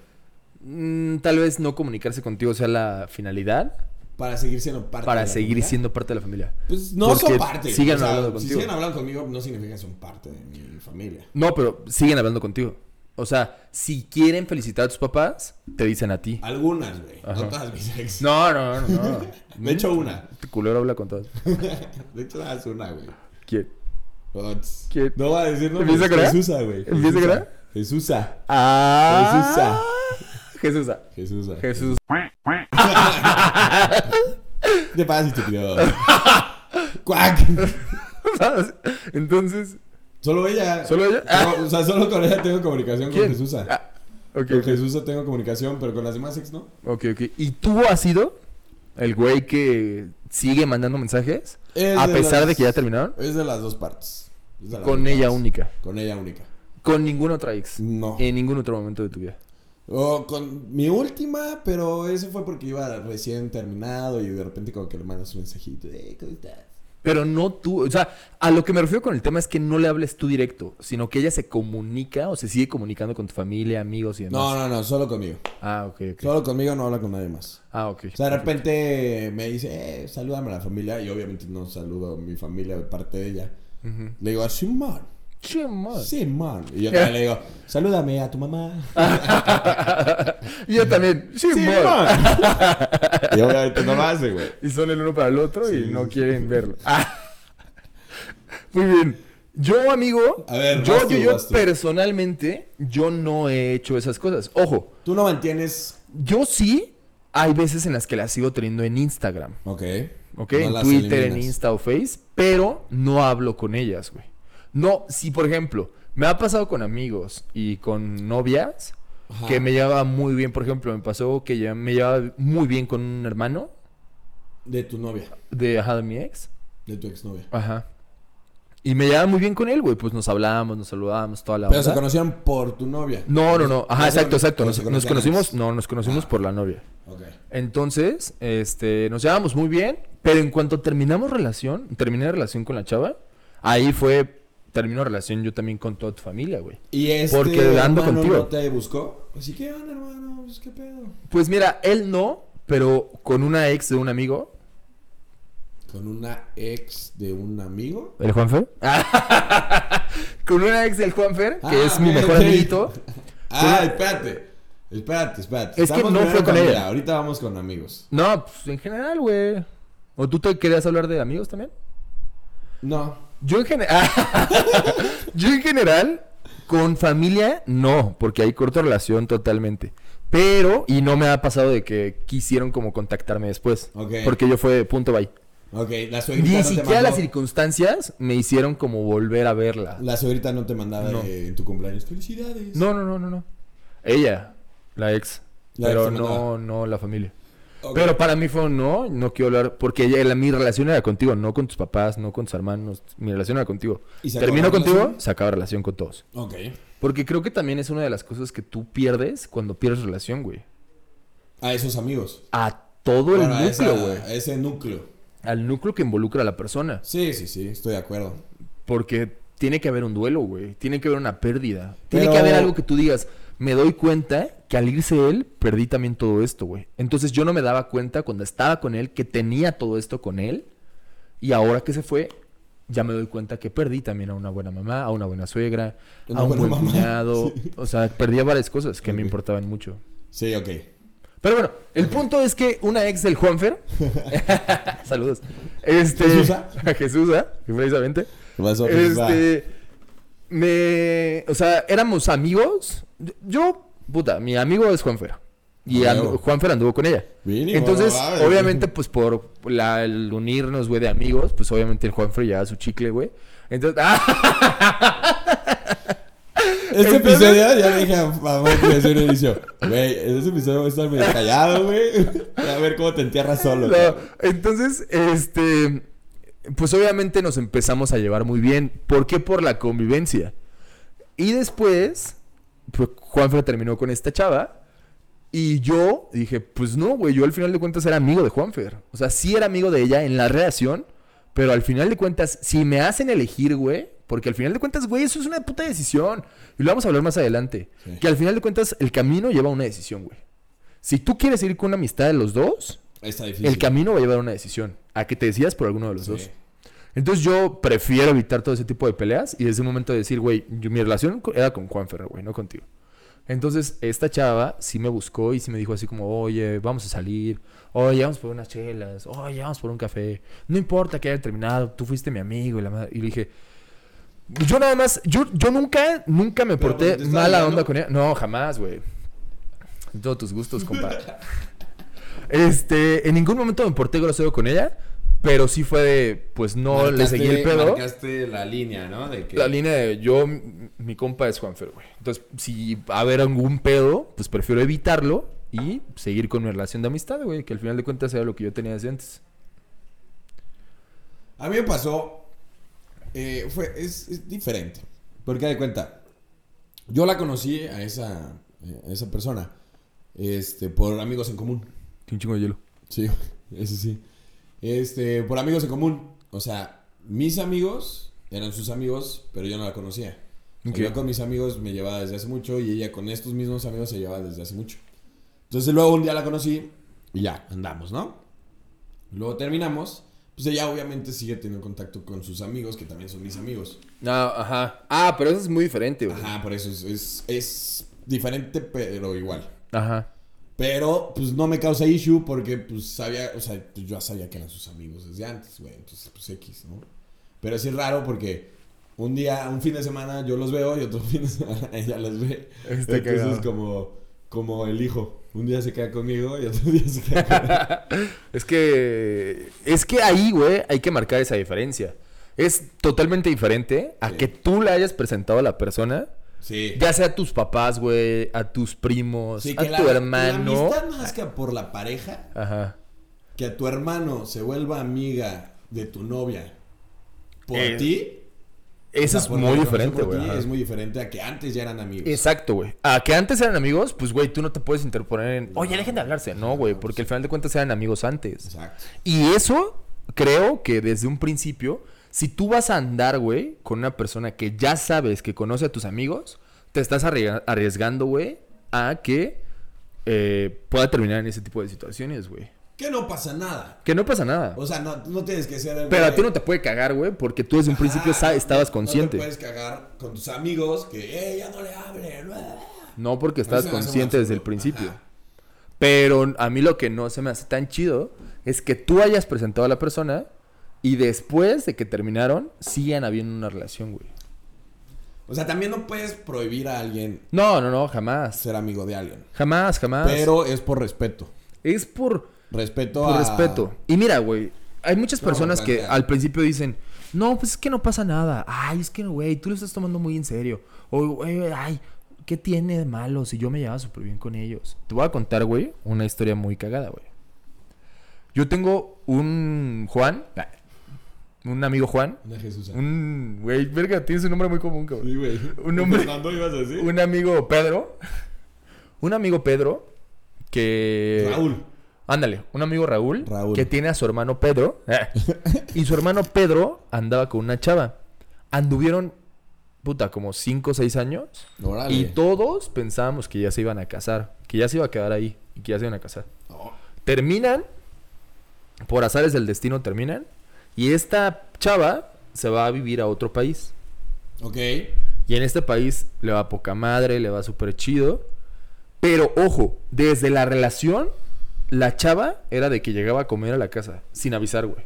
S2: Mm, tal vez no comunicarse contigo sea la finalidad
S1: Para seguir siendo parte.
S2: para
S1: de la
S2: seguir
S1: familia.
S2: siendo parte de la familia.
S1: Pues no
S2: Porque
S1: son parte.
S2: siguen
S1: o sea,
S2: hablando
S1: Si
S2: contigo.
S1: siguen hablando conmigo, no significa que son parte de mi familia.
S2: No, pero siguen hablando contigo. O sea, si quieren felicitar a tus papás, te dicen a ti.
S1: Algunas, güey. No
S2: Ajá.
S1: todas mis ex.
S2: No, no, no, no.
S1: De hecho, una.
S2: Este culero habla con todos.
S1: De hecho, nada más una, güey.
S2: ¿Quién?
S1: Ots.
S2: ¿Quién?
S1: No va a decir no.
S2: ¿Empieza a creer?
S1: Jesusa, güey.
S2: ¿Empieza a
S1: Jesusa.
S2: creer?
S1: Jesusa.
S2: Ah. Jesús.
S1: Jesusa.
S2: Jesús.
S1: Te pasas, estúpido. ¡Cuac!
S2: Entonces,
S1: Solo ella.
S2: ¿Solo ella?
S1: No, o sea, solo con ella tengo comunicación
S2: ¿quién?
S1: con Jesusa.
S2: Ah, ok,
S1: Con
S2: ok.
S1: Jesusa tengo comunicación, pero con las demás ex no.
S2: ok, ok. ¿Y tú has sido el güey que sigue mandando mensajes?
S1: Es
S2: A pesar
S1: las-
S2: de que ya terminaron.
S1: Es de las dos partes. Es de las
S2: Con
S1: dos
S2: ella
S1: partes.
S2: única.
S1: Con ella única.
S2: Con ninguna otra ex.
S1: No.
S2: En ningún otro momento de tu vida.
S1: O con mi última, pero eso fue porque iba recién terminado y de repente como que le mandas un mensajito. Eh, ¿cómo estás?
S2: Pero no tú, o sea, a lo que me refiero con el tema es que no le hables tú directo, sino que ella se comunica o se sigue comunicando con tu familia, amigos y demás.
S1: No, no, no, solo conmigo.
S2: Ah, ok, ok.
S1: Solo conmigo no habla con nadie más.
S2: Ah, ok.
S1: O sea, de repente me dice, eh, salúdame a la familia. Y obviamente no saludo a mi familia de parte de ella.
S2: Ujú. Ah.
S1: Le digo, "Ah, Simón,
S2: Che, madre.
S1: Simón. Y yo también le digo, salúdame a tu mamá.
S2: Y yo también. Sí, madre.
S1: y obviamente no lo hace, güey.
S2: Y son el uno para el otro y
S1: Sí.
S2: no quieren verlo. Ah. Muy bien. Yo, amigo,
S1: A ver, vas
S2: yo,
S1: tú,
S2: yo, yo
S1: vas tú.
S2: personalmente, yo no he hecho esas cosas. Ojo,
S1: Tú no mantienes
S2: Yo sí, hay veces en las que las sigo teniendo en Instagram,
S1: Ok.
S2: ¿ok?
S1: No
S2: en
S1: las
S2: Twitter, en
S1: eliminas.
S2: Insta o Face, pero no hablo con ellas, güey. No, si por ejemplo, me ha pasado con amigos y con novias
S1: Ajá.
S2: que me llevaba muy bien, por ejemplo, me pasó que ya me llevaba muy bien con un hermano
S1: De tu novia,
S2: de, ajá, de mi ex.
S1: de tu exnovia.
S2: Ajá. Y me llevaba muy bien con él, güey. Pues nos hablábamos, nos saludábamos, toda la
S1: Pero se
S2: onda.
S1: conocieron por tu novia.
S2: Ah, No, no, no. Ajá,
S1: No se-
S2: exacto, exacto.
S1: no
S2: Nos,
S1: se
S2: nos
S1: conocían
S2: conocimos,
S1: antes. Ah.
S2: no, nos conocimos por la novia.
S1: Ok.
S2: Entonces, este, nos llevamos muy bien, pero en cuanto terminamos relación, terminé relación con la chava, ahí fue, terminó relación yo también con toda tu familia, güey.
S1: Y este
S2: Porque ando
S1: hermano
S2: contigo.
S1: no te buscó. Así que, onda, hermano, pues qué pedo.
S2: Pues mira, él no, pero con una ex de un amigo.
S1: Con una ex de un amigo.
S2: ¿El Juanfer? con una ex del Juanfer, que
S1: Ah,
S2: es mi
S1: ok,
S2: mejor
S1: ok.
S2: amiguito.
S1: Ah, espérate. Espérate, espérate.
S2: Es que no
S1: primero
S2: fue con
S1: familia,
S2: ella.
S1: Ahorita vamos con amigos.
S2: No, pues en general, güey. ¿O tú te querías hablar de amigos también?
S1: No.
S2: Yo en general. Yo en general, con familia, no, porque hay corta relación totalmente. Pero, y no me ha pasado de que quisieron como contactarme después.
S1: Ok.
S2: Porque yo fue de punto bye.
S1: Ok, la suegrita
S2: Ni
S1: no te
S2: siquiera
S1: mandó.
S2: las circunstancias me hicieron como volver a verla.
S1: La suegrita no te mandaba
S2: No.
S1: eh, en tu cumpleaños. Felicidades.
S2: No, no, no, no, no. Ella, la ex.
S1: La
S2: pero
S1: ex te
S2: no,
S1: mandaba.
S2: no la familia.
S1: Ok.
S2: Pero para mí fue un no, no quiero hablar, porque ella- la- mi relación era contigo, no con tus papás, no con tus hermanos, mi relación era contigo.
S1: ¿Y se acabó
S2: Termino
S1: la
S2: contigo,
S1: relación?
S2: se acaba relación con todos.
S1: Ok.
S2: Porque creo que también es una de las cosas que tú pierdes cuando pierdes relación, güey.
S1: A esos amigos.
S2: A todo el
S1: Bueno, a esa-
S2: núcleo, güey.
S1: a ese núcleo.
S2: Al núcleo que involucra a la persona.
S1: Sí, sí, sí, estoy de acuerdo.
S2: Porque tiene que haber un duelo, güey. Tiene que haber una pérdida. Tiene
S1: Pero-
S2: que haber algo que tú digas, me doy cuenta que al irse él, perdí también todo esto, güey. Entonces yo no me daba cuenta cuando estaba con él que tenía todo esto con él. Y ahora que se fue, ya me doy cuenta que perdí también a una buena mamá, a una buena suegra,
S1: Una
S2: a un
S1: buena
S2: buen
S1: mamá.
S2: cuñado. O sea, perdí a varias cosas que me
S1: Ok.
S2: importaban mucho.
S1: Sí, ok.
S2: Pero bueno, el punto es que una ex del Juanfer. saludos. Este.
S1: Jesusa.
S2: a Jesusa, precisamente.
S1: ¿Qué pasó?
S2: Este. Me. O sea, éramos amigos. Yo, puta, mi amigo es Juanfer. Y
S1: Amigo.
S2: andu- Juanfer anduvo con ella.
S1: Ah, Mínimo,
S2: Entonces,
S1: no mames.
S2: obviamente, pues por la- el unirnos, güey, de amigos, pues obviamente el Juanfer llevaba su chicle, güey. Entonces, ah,
S1: Este
S2: Entonces-
S1: episodio, ya le dije a mamá que decía un inicio. Güey, en este episodio voy a estar medio callado, güey. A ver cómo te entierras solo.
S2: No,
S1: cabrón.
S2: entonces, este, pues obviamente nos empezamos a llevar muy bien. ¿Por qué? Por la convivencia. Y después, pues Juanfra terminó con esta chava. Y yo dije, pues no, güey, yo al final de cuentas era amigo de Juanfer. O sea, sí era amigo de ella en la relación, pero al final de cuentas, si me hacen elegir, güey, porque al final de cuentas, güey, eso es una puta decisión. Y lo vamos a hablar más adelante.
S1: Sí.
S2: Que al final de cuentas, el camino lleva a una decisión, güey. Si tú quieres ir con una amistad de los dos,
S1: Está difícil.
S2: el camino va a llevar a una decisión, a que te decidas por alguno de los
S1: Sí.
S2: dos. Entonces yo prefiero evitar todo ese tipo de peleas y desde un momento decir, güey, yo- mi relación co- era con Juan Ferrer, güey, no contigo. Entonces esta chava sí me buscó y sí me dijo así como, oye, vamos a salir, oye, vamos por unas chelas, oye, vamos por un café, no importa que haya terminado, tú fuiste mi amigo y la madre. Y le dije, yo nada más, yo, yo nunca, nunca me
S1: Pero
S2: porté
S1: cuando te estaba
S2: mala
S1: ligando.
S2: onda con ella. No, jamás, güey. Todos tus gustos, compadre. Este, en ningún momento me porté grosero con ella, pero sí fue de, pues no le seguí el pedo.
S1: Marcaste la línea, ¿no? De que...
S2: La línea de yo, m- mi compa es Juanfer, güey. Entonces, si va a haber algún pedo, pues prefiero evitarlo y seguir con mi relación de amistad, güey, que al final de cuentas era lo que yo tenía desde antes.
S1: A mí me pasó. eh, fue, es, es diferente. Porque de cuenta. Yo la conocí a esa, eh, a esa persona. Este, por amigos en común.
S2: Que un chingo de hielo.
S1: Sí, eso sí. Este, por amigos en común. O sea, mis amigos eran sus amigos, pero yo no la conocía. O sea,
S2: Ok.
S1: Yo con mis amigos me llevaba desde hace mucho y ella con estos mismos amigos se llevaba desde hace mucho. Entonces luego un día la conocí y ya, andamos, ¿no? Luego terminamos. Pues ella obviamente sigue teniendo contacto con sus amigos, que también son mis amigos.
S2: No, ajá. Ah, pero eso es muy diferente, güey. Ajá.
S1: Ajá, por eso es, es, es diferente, pero igual. Pero, pues, no me causa issue porque, pues, sabía, o sea, pues, yo ya sabía que eran sus amigos desde antes, güey. Entonces, pues, X, ¿no? Pero sí es raro porque un día, un fin de semana yo los veo y otro fin de semana ella los ve.
S2: Está
S1: Entonces,
S2: cagado.
S1: como, como el hijo. Un día se queda conmigo y otro día se queda con
S2: Es que. Es que ahí, güey, hay que marcar esa diferencia. Es totalmente diferente a que tú la hayas presentado a la persona.
S1: Sí.
S2: Ya sea a tus papás, güey, a tus primos,
S1: Sí,
S2: a
S1: que la-
S2: tu
S1: La
S2: hermano.
S1: amistad más que por la pareja,
S2: Ajá.
S1: que a tu hermano se vuelva amiga de tu novia por
S2: Eh,
S1: ti.
S2: Eso
S1: o sea,
S2: es
S1: por
S2: muy
S1: la
S2: diferente,
S1: relación por
S2: güey.
S1: ti
S2: ajá.
S1: Es muy diferente a que antes ya eran amigos.
S2: Exacto, güey. A que antes eran amigos, pues, güey, tú no te puedes interponer en. Oye, dejen de hablarse. No, güey, porque al final de cuentas eran amigos antes.
S1: Exacto.
S2: Y eso, creo que desde un principio, si tú vas a andar, güey, con una persona que ya sabes que conoce a tus amigos, te estás arrie- arriesgando, güey, a que eh, pueda terminar en ese tipo de situaciones, güey.
S1: Que no pasa nada.
S2: Que no pasa nada.
S1: O sea, no, no tienes que ser. el
S2: Pero a
S1: güey-
S2: ti no te puede cagar, güey, porque tú desde un principio
S1: Ajá,
S2: sa- estabas
S1: Ah, no-
S2: consciente.
S1: No
S2: No,
S1: te puedes cagar con tus amigos que, eh, ya no le hable.
S2: porque estabas
S1: Eso me hace
S2: consciente
S1: más
S2: desde el
S1: seguro,
S2: principio.
S1: ajá.
S2: Pero a mí lo que no se me hace tan chido es que tú hayas presentado a la persona y después de que terminaron, sigan habiendo una relación, güey.
S1: O sea, también no puedes prohibir a alguien
S2: No, no, no, jamás.
S1: ser amigo de alguien.
S2: Jamás, jamás.
S1: Pero es por respeto.
S2: es por,
S1: Respeto
S2: por
S1: a.
S2: respeto. Y mira, güey, hay muchas
S1: Ah. No,
S2: personas que
S1: plantea.
S2: al principio dicen, no, pues es que no pasa nada. Ay, es que, güey, tú lo estás tomando muy en serio. O, güey, ay, ¿qué tiene de malo si yo me llevaba súper bien con ellos? Te voy a contar, güey, una historia muy cagada, güey. Yo tengo un Juan, un amigo Juan,
S1: Una Jesús.
S2: un, güey, verga, tienes un nombre muy común, cabrón.
S1: Sí, güey.
S2: Un hombre-
S1: Fernando, ibas a decir?
S2: un amigo Pedro. Un amigo Pedro que.
S1: Eh, Raúl.
S2: Ándale, un amigo Raúl,
S1: Raúl.
S2: que tiene a su hermano Pedro. y su hermano Pedro andaba con una chava. Anduvieron, puta, como 5 o 6 años.
S1: Órale.
S2: Y todos pensábamos que ya se iban a casar, que ya se iba a quedar ahí y que ya se iban a casar.
S1: No.
S2: Terminan, por azares del destino terminan. Y esta chava se va a vivir a otro país.
S1: Ok.
S2: Y en este país le va poca madre, le va súper chido. Pero ojo, desde la relación, la chava era de que llegaba a comer a la casa, sin avisar, güey.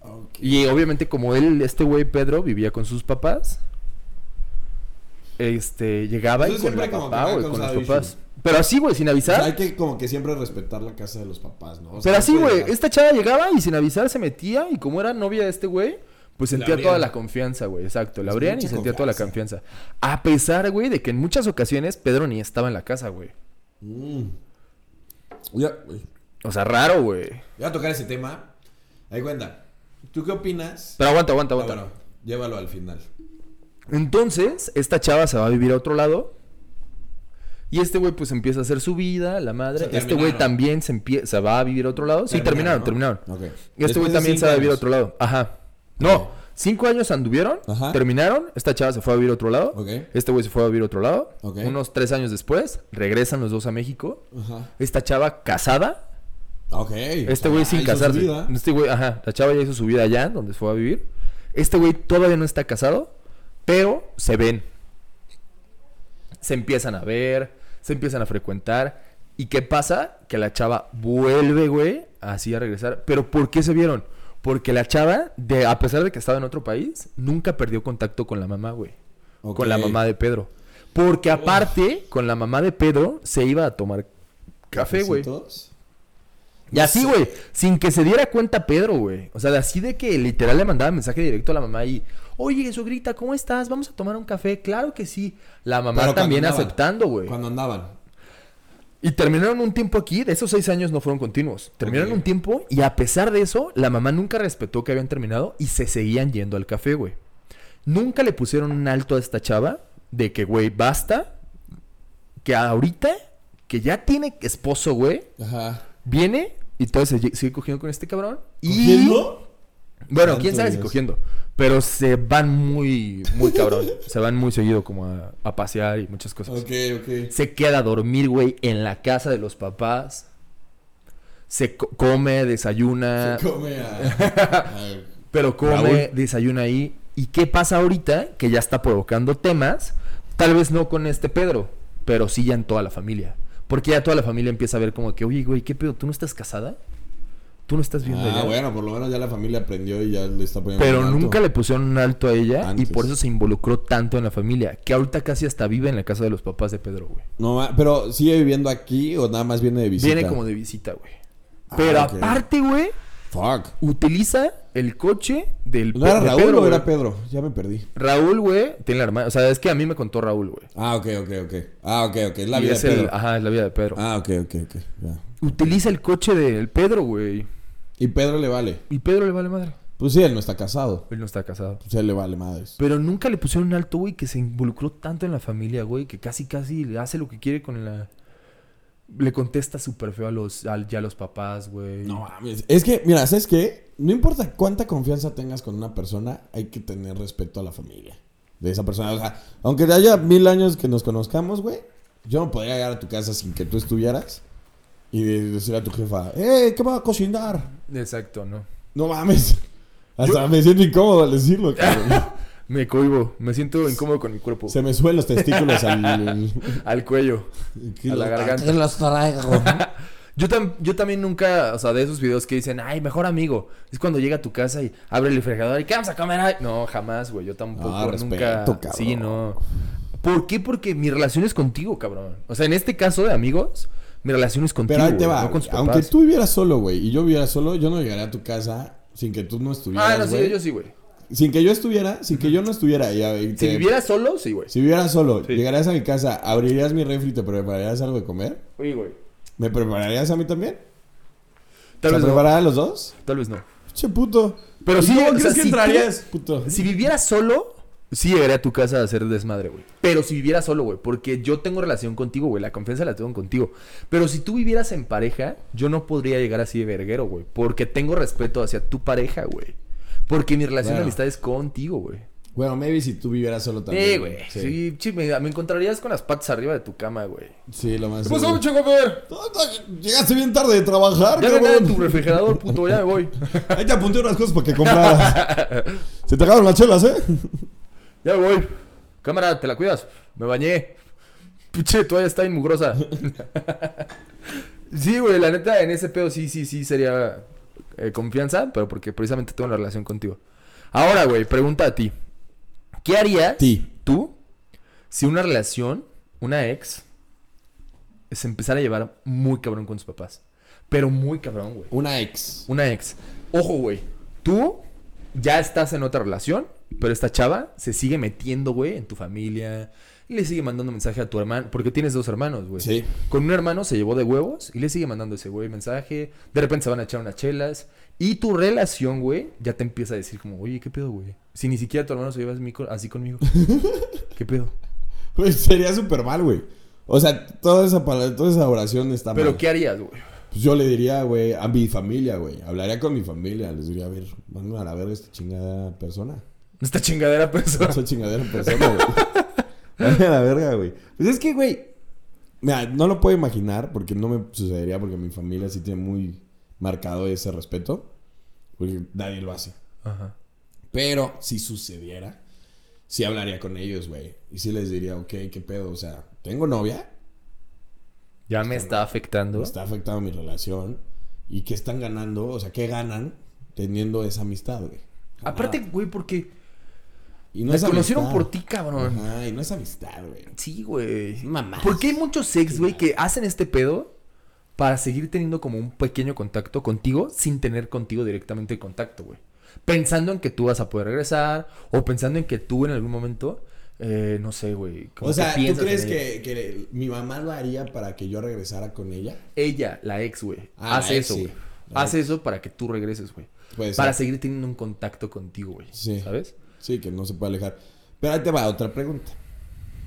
S1: Ok.
S2: Y obviamente como él, este güey Pedro, vivía con sus papás, este, llegaba y
S1: Entonces
S2: con la
S1: siempre como que
S2: papá,
S1: me ha
S2: güey, con los
S1: causado
S2: papás.
S1: issue.
S2: Pero así, güey, sin
S1: O sea, hay
S2: avisar.
S1: que como que siempre respetar la casa de los papás, ¿no? O sea,
S2: Pero
S1: no
S2: así,
S1: puedes
S2: güey,
S1: dejar-
S2: esta chava llegaba y sin avisar se metía y como era novia de este güey, pues
S1: Le
S2: sentía
S1: abrían.
S2: toda la confianza, güey, exacto. La
S1: Es
S2: abrían y
S1: mucha
S2: sentía toda la confianza. A pesar, güey, de que en muchas ocasiones Pedro ni estaba en la casa, güey.
S1: Mm. Ya, güey.
S2: O sea, raro, güey.
S1: Voy a tocar ese tema. Ahí cuenta. ¿Tú qué opinas?
S2: Pero aguanta, aguanta,
S1: Ah,
S2: aguanta.
S1: bueno, llévalo al final.
S2: Entonces, esta chava se va a vivir a otro lado. Y este güey, pues empieza a hacer su vida, la madre.
S1: Se
S2: este güey
S1: terminaron.
S2: también se, empie- se va a vivir a otro lado. Sí, terminaron, terminaron.
S1: ¿no? Ok.
S2: Y este
S1: Después
S2: güey
S1: de
S2: también se
S1: cinco
S2: va a vivir a
S1: años.
S2: otro lado. Ajá. No, cinco años anduvieron,
S1: Ajá.
S2: terminaron. Esta chava se fue a vivir a otro lado.
S1: Ok.
S2: Este güey se fue a vivir a otro lado.
S1: Ok.
S2: Unos tres años después, regresan los dos a México.
S1: Ajá.
S2: Esta chava casada,
S1: Ok.
S2: Este güey
S1: Ah,
S2: sin
S1: hizo su
S2: casarse.
S1: vida.
S2: Este güey, ajá, la chava ya hizo su vida allá, donde se fue a vivir. Este güey todavía no está casado, pero se ven. Se empiezan a ver, se empiezan a frecuentar. ¿Y qué pasa? Que la chava vuelve, güey, así a regresar. ¿Pero por qué se vieron? Porque la chava, de, a pesar de que estaba en otro país, nunca perdió contacto con la mamá, güey.
S1: Ok.
S2: Con la mamá de Pedro. Porque aparte, con la mamá de Pedro, se iba a tomar café, güey.
S1: ¿Cafecitos?
S2: Y así,
S1: sé.
S2: güey, sin que se diera cuenta Pedro, güey. O sea, de así de que literal le mandaba mensaje directo a la mamá y, oye, grita, ¿cómo estás? Vamos a tomar un café. Claro que sí. La mamá
S1: Pero cuando
S2: también
S1: andaban.
S2: aceptando, güey.
S1: Cuando andaban.
S2: Y terminaron un tiempo aquí, de esos seis años no fueron continuos. Terminaron
S1: Ok.
S2: un tiempo y a pesar de eso, la mamá nunca respetó que habían terminado y se seguían yendo al café, güey. Nunca le pusieron un alto a esta chava de que, güey, basta, que ahorita, que ya tiene esposo, güey,
S1: Ajá.
S2: Viene y todo se sigue cogiendo con este cabrón. Y.
S1: ¿Cogiendo?
S2: Bueno, quién
S1: Santo
S2: sabe si
S1: Dios.
S2: cogiendo. Pero se van muy, muy cabrón. se van muy seguido como a, a pasear y muchas cosas.
S1: Ok, ok.
S2: Se queda a dormir, güey, en la casa de los papás. Se co- come, desayuna.
S1: Se come Ah, a... a-
S2: Pero come,
S1: Raúl.
S2: desayuna ahí. ¿Y qué pasa ahorita? Que ya está provocando temas. Tal vez no con este Pedro, pero sí ya en toda la familia. Porque ya toda la familia empieza a ver como que, oye, güey, ¿qué pedo? ¿Tú no estás casada? Tú lo estás viendo
S1: Ah,
S2: allá.
S1: bueno, por lo menos ya la familia aprendió y ya le está poniendo.
S2: Pero
S1: un alto.
S2: nunca le pusieron un alto a ella
S1: Antes.
S2: y por eso se involucró tanto en la familia. Que ahorita casi hasta vive en la casa de los papás de Pedro, güey.
S1: No, ma- pero sigue viviendo aquí o nada más viene de visita.
S2: Viene como de visita, güey.
S1: Ah,
S2: Pero
S1: ok.
S2: aparte, güey,
S1: Fuck.
S2: utiliza el coche del
S1: ¿No era
S2: de
S1: Raúl o
S2: güey.
S1: era Pedro? Ya me perdí.
S2: Raúl, güey, tiene la hermana. O sea, es que a mí me contó Raúl, güey.
S1: Ah, ok, ok, ok. Ah, ok, ok. Es la
S2: Y
S1: vida
S2: es
S1: de
S2: el-
S1: Pedro.
S2: ajá, es la vida de Pedro.
S1: Ah, ok, ok, ok. ya.
S2: Utiliza el coche del Pedro, güey.
S1: Y Pedro le vale.
S2: Y Pedro le vale madre.
S1: Pues sí, él no está casado.
S2: Él no está casado.
S1: Pues él le vale madres.
S2: Pero nunca le pusieron un alto, güey, que se involucró tanto en la familia, güey, que casi, casi le hace lo que quiere con la... Le contesta súper feo a los, al- ya a los papás, güey.
S1: No mames. Es que, mira, ¿sabes qué? No importa cuánta confianza tengas con una persona, hay que tener respeto a la familia de esa persona. O sea, aunque haya mil años que nos conozcamos, güey, yo no podría llegar a tu casa sin que tú estuvieras y de- decirle a tu jefa, ¡eh, qué vas a cocinar!
S2: Exacto, no.
S1: No mames. Hasta me siento incómodo al decirlo, cabrón.
S2: Me cohibo. Me siento incómodo con mi cuerpo.
S1: Se me suelen los testículos al.
S2: Al cuello. A la garganta.
S1: Ah, los traigo.
S2: Yo, tam- yo también nunca, o sea, de esos videos que dicen, ay, mejor amigo. Es cuando llega a tu casa y abre el refrigerador y ¿qué vamos a comer? Ay, No, jamás, güey. Yo tampoco,
S1: Ah,
S2: nunca.
S1: respeto, cabrón.
S2: Sí, no. ¿Por qué? Porque mi relación es contigo, cabrón. O sea, en este caso de amigos, mi relación es contigo.
S1: Pero ahí te
S2: güey,
S1: va.
S2: no con tus
S1: Aunque
S2: papás.
S1: tú vivieras solo, güey, y yo viviera solo, yo no llegaría a tu casa sin que tú no estuvieras.
S2: Ah, no, sí,
S1: güey.
S2: yo sí, güey.
S1: Sin que yo estuviera, sin que yo no estuviera. y a- y
S2: Si
S1: te-
S2: viviera solo, sí, güey.
S1: si viviera solo,
S2: Sí.
S1: llegarías a mi casa, abrirías mi refri y te prepararías algo de comer.
S2: Oye, güey.
S1: ¿Me prepararías a mí también? ¿Te
S2: Tal vez no.
S1: prepararías a los dos?
S2: Tal vez no.
S1: Che, puto.
S2: Pero
S1: ¿Y
S2: sí,
S1: ¿Cómo
S2: o
S1: crees
S2: sea,
S1: que
S2: si tú-
S1: entrarías, puto?
S2: Si viviera solo, sí llegaría a tu casa a hacer desmadre, güey. Pero si viviera solo, güey, porque yo tengo relación contigo, güey, la confianza la tengo contigo. Pero si tú vivieras en pareja, yo no podría llegar así de verguero, güey, porque tengo respeto hacia tu pareja, güey. Porque mi relación
S1: Bueno.
S2: de amistad es contigo, güey.
S1: Bueno, maybe si tú vivieras solo también.
S2: Sí, güey. Sí, sí, me, me encontrarías con las patas arriba de tu cama, güey.
S1: Sí, lo más.
S2: ¿Qué pasó,
S1: seguro.
S2: mucho, ver?
S1: Llegaste bien tarde de trabajar,
S2: Ya gané de tu
S1: cabrón.
S2: refrigerador, puto, ya me voy.
S1: Ahí te apunté unas cosas para que compraras. Se te acabaron las chelas, ¿eh?
S2: Ya me voy. Cámara, ¿te la cuidas? Me bañé. Pinche toalla está inmugrosa. sí, güey, la neta, en ese pedo sí, sí, sí sería eh, confianza, pero porque precisamente tengo una relación contigo. Ahora, güey, pregunta a ti. ¿Qué harías
S1: Ti.
S2: tú si una relación, una ex, se empezara a llevar muy cabrón con sus papás? Pero muy cabrón, güey.
S1: Una ex.
S2: Una ex. Ojo, güey. Tú ya estás en otra relación, pero esta chava se sigue metiendo, güey, en tu familia. Y le sigue mandando mensaje a tu hermano. Porque tienes dos hermanos, güey.
S1: Sí.
S2: Con un hermano se llevó de huevos y le sigue mandando ese güey mensaje. De repente se van a echar unas chelas. Y tu relación, güey, ya te empieza a decir como, oye, ¿qué pedo, güey? Si ni siquiera tu hermano se lleva así con- así conmigo. ¿Qué pedo?
S1: Güey, sería súper mal, güey. O sea, toda esa, pala- toda esa oración está mal.
S2: Pero ¿qué harías, güey?
S1: Pues yo le diría, güey, a mi familia, güey. Hablaría con mi familia. Les diría, a ver, manden a la verga esta chingada persona.
S2: Esta chingadera pues, persona.
S1: Esa chingadera persona, güey. Manden a la verga, güey. Pues es que, güey. Mira, no lo puedo imaginar porque no me sucedería porque mi familia sí tiene muy marcado ese respeto. Porque nadie lo hace.
S2: Ajá.
S1: Pero si sucediera, sí hablaría con ellos, güey. Y sí les diría, ok, ¿qué pedo? O sea, tengo novia,
S2: Ya me está afectando.
S1: me está afectando mi relación. ¿Y qué están ganando? O sea, ¿qué ganan teniendo esa amistad, güey?
S2: Aparte, güey, porque
S1: Y Ah. no
S2: me
S1: es
S2: conocieron
S1: amistad.
S2: por ti, cabrón.
S1: Ajá, y no es amistad, güey.
S2: Sí, güey.
S1: Mamás.
S2: Porque hay muchos ex, güey, que hacen este pedo para seguir teniendo como un pequeño contacto contigo sin tener contigo directamente el contacto, güey. Pensando en que tú vas a poder regresar o pensando en que tú en algún momento, eh, no sé, güey. como
S1: O sea,
S2: que
S1: ¿tú
S2: piensas
S1: crees
S2: en ella.
S1: que, que mi mamá lo haría para que yo regresara con ella?
S2: Ella, la ex, güey,
S1: Ah, la
S2: hace
S1: ex,
S2: eso,
S1: sí.
S2: güey.
S1: La
S2: Hace eso para que tú regreses, güey.
S1: Pues,
S2: Para seguir teniendo un contacto contigo, güey.
S1: Sí.
S2: ¿Sabes?
S1: sí, que no se puede alejar. Pero ahí te va otra pregunta.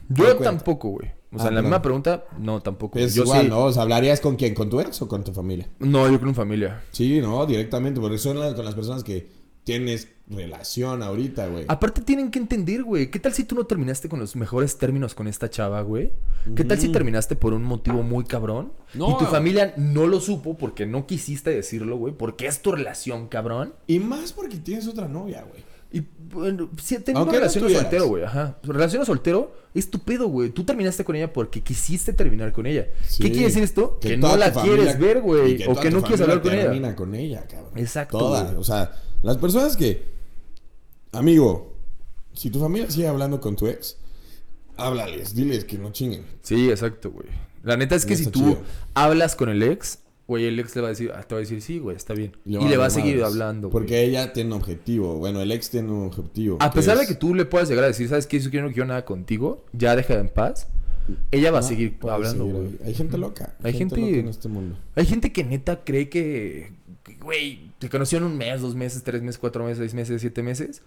S2: Yo
S1: Ah, cuenta.
S2: tampoco, güey. O
S1: Ah,
S2: sea, en la
S1: perdón.
S2: misma pregunta, no, tampoco.
S1: Es
S2: yo
S1: igual,
S2: sí.
S1: ¿no? O sea, ¿hablarías con quién? ¿Con tu ex o con tu familia?
S2: No, yo con familia.
S1: Sí, no, directamente, porque son las- con las personas que tienes relación ahorita, güey.
S2: Aparte tienen que entender, güey. ¿Qué tal si tú no terminaste con los mejores términos con esta chava, güey? ¿Qué tal si terminaste por un motivo muy cabrón?
S1: No.
S2: Y tu familia no lo supo porque no quisiste decirlo, güey. Porque es tu relación, cabrón.
S1: Y más porque tienes otra novia, güey.
S2: Y bueno, si tenía
S1: Aunque
S2: una relación
S1: la tuvieras.
S2: soltero, güey. Ajá. Relación soltero es tu pedo, güey. Tú terminaste con ella porque quisiste terminar con ella.
S1: Sí.
S2: ¿Qué quiere decir esto? Que, no
S1: toda
S2: la
S1: tu familia-
S2: quieres ver,
S1: y
S2: güey. O
S1: toda
S2: que
S1: tu
S2: no quieres
S1: familia
S2: hablar con ella.
S1: Termina con ella, cabrón.
S2: Exacto,
S1: Toda.
S2: güey.
S1: O sea, las personas que. Amigo, si tu familia sigue hablando con tu ex, háblales, diles que no chinguen.
S2: Sí, exacto, güey. La neta es que
S1: No
S2: si
S1: está
S2: tú
S1: chido.
S2: hablas con el ex, güey, el ex le va a decir, ah, te va a decir, sí, güey, está bien. Y,
S1: van
S2: le va a
S1: dar
S2: seguir
S1: madres.
S2: hablando. güey.
S1: Porque ella tiene un objetivo. Bueno, el ex tiene un objetivo.
S2: A pesar de
S1: es-
S2: que tú le puedas llegar a decir, ¿sabes qué? Eso que yo no quiero nada contigo, ya deja en paz. Ella va a
S1: No,
S2: seguir
S1: Ah, puede
S2: hablando,
S1: seguir
S2: güey.
S1: ahí. Hay gente loca.
S2: Hay gente-
S1: loca en este mundo.
S2: Hay gente que neta cree que, que, güey, te conocieron un mes, dos meses, tres meses, cuatro meses, seis meses, siete meses.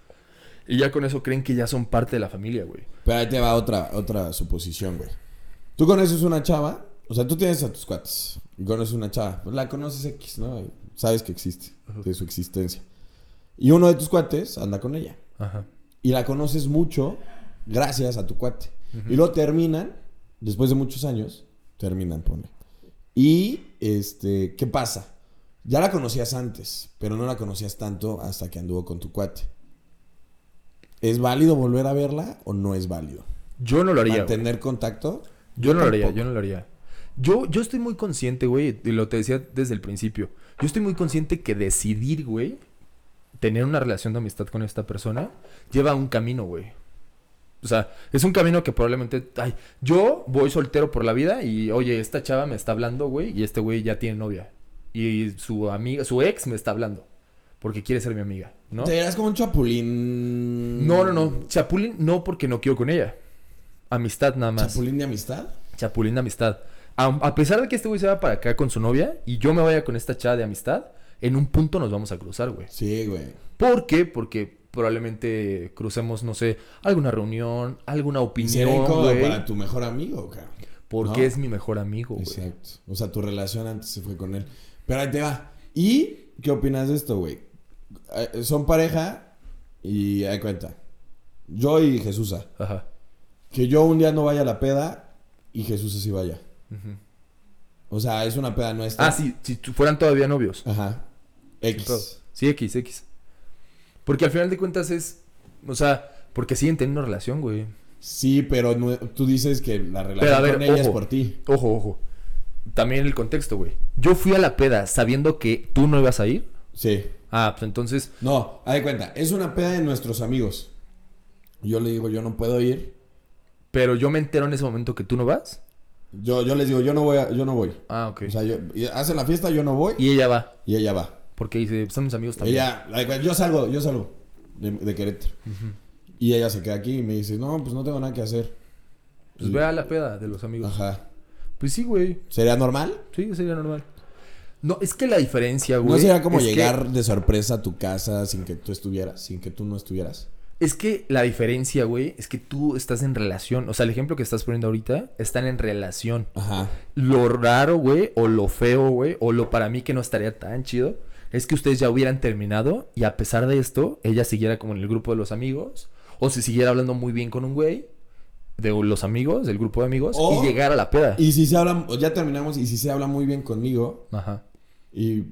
S2: Y ya con eso creen que ya son parte de la familia, güey.
S1: Pero ahí te va otra, otra suposición, güey. Tú conoces una chava, o sea, tú tienes a tus cuates y conoces una chava, pues la conoces X, ¿no? Sabes que existe, de su existencia. Y uno de tus cuates anda con ella
S2: Ajá.
S1: y la conoces mucho gracias a tu cuate. Y luego terminan, después de muchos años, terminan, pone. Y, este, ¿qué pasa? Ya la conocías antes, pero no la conocías tanto hasta que anduvo con tu cuate. ¿Es válido volver a verla o no es válido?
S2: Yo no lo haría. güey.
S1: ¿Mantener contacto?
S2: Yo no lo haría,
S1: tampoco.
S2: yo no lo haría. Yo, yo estoy muy consciente, güey, y lo te decía desde el principio. Yo estoy muy consciente que decidir, güey, tener una relación de amistad con esta persona lleva un camino, güey. O sea, es un camino que probablemente, ay, yo voy soltero por la vida y, oye, esta chava me está hablando, güey, y este güey ya tiene novia. Y su amiga, su ex me está hablando porque quiere ser mi amiga, ¿no?
S1: Te verás como un chapulín.
S2: No, no, no. Chapulín no porque no quiero con ella. Amistad nada más.
S1: ¿Chapulín de amistad?
S2: Chapulín de amistad. A, a pesar de que este güey se va para acá con su novia y yo me vaya con esta chava de amistad, en un punto nos vamos a cruzar, güey.
S1: Sí, güey.
S2: ¿Por qué? Porque probablemente crucemos, no sé, alguna reunión, alguna
S1: Y será
S2: opinión,
S1: incómodo
S2: güey.
S1: para tu mejor amigo, cabrón.
S2: Porque
S1: ¿no?
S2: es mi mejor amigo, güey.
S1: Exacto. O sea, tu relación antes se fue con él. Pero ahí te va. ¿Y qué opinas de esto, güey? Eh, Son pareja y hay cuenta. Yo y Jesús.
S2: Ajá.
S1: Que yo un día no vaya a la peda y Jesús sí vaya.
S2: Ujú.
S1: O sea, es una peda nuestra.
S2: Ah, sí, si tu- fueran todavía novios.
S1: Ajá. X.
S2: Sí, X, X. Porque al final de cuentas es, o sea, porque siguen teniendo relación, güey.
S1: Sí, pero no- tú dices que la relación
S2: a ver,
S1: con ella es
S2: ojo.
S1: por ti.
S2: Ojo, ojo. También el contexto, güey. Yo fui a la peda sabiendo que tú no ibas a ir.
S1: Sí.
S2: Ah, pues entonces.
S1: No, haz de cuenta. Es una peda de nuestros amigos. Yo le digo, yo no puedo ir.
S2: Pero yo me entero en ese momento que tú no vas.
S1: Yo, yo les digo, yo no voy. a- yo no voy.
S2: Ah, ok.
S1: O sea, yo, y hacen la fiesta, yo no voy
S2: y ella va.
S1: y ella va.
S2: Porque dice, son mis amigos también.
S1: Ella, la de- yo salgo, yo salgo de, de Querétaro. Y ella se queda aquí y me dice, no, pues no tengo nada que hacer.
S2: Pues ve a la peda de los amigos.
S1: Ajá.
S2: Pues sí, güey.
S1: ¿Sería normal?
S2: Sí, sería normal. No, es que la diferencia, güey.
S1: ¿No sería como
S2: es que-
S1: llegar de sorpresa a tu casa sin que tú estuvieras, sin que tú no estuvieras?
S2: es que la diferencia, güey, es que tú estás en relación. O sea, el ejemplo que estás poniendo ahorita, están en relación.
S1: Ajá.
S2: Lo raro, güey, o lo feo, güey, o lo para mí que no estaría tan chido, es que ustedes ya hubieran terminado y a pesar de esto, ella siguiera como en el grupo de los amigos, o si siguiera hablando muy bien con un güey de los amigos, del grupo de amigos,
S1: O-
S2: y llegar a la peda.
S1: Y si se habla, ya terminamos, y si se habla muy bien conmigo
S2: Ajá.
S1: y...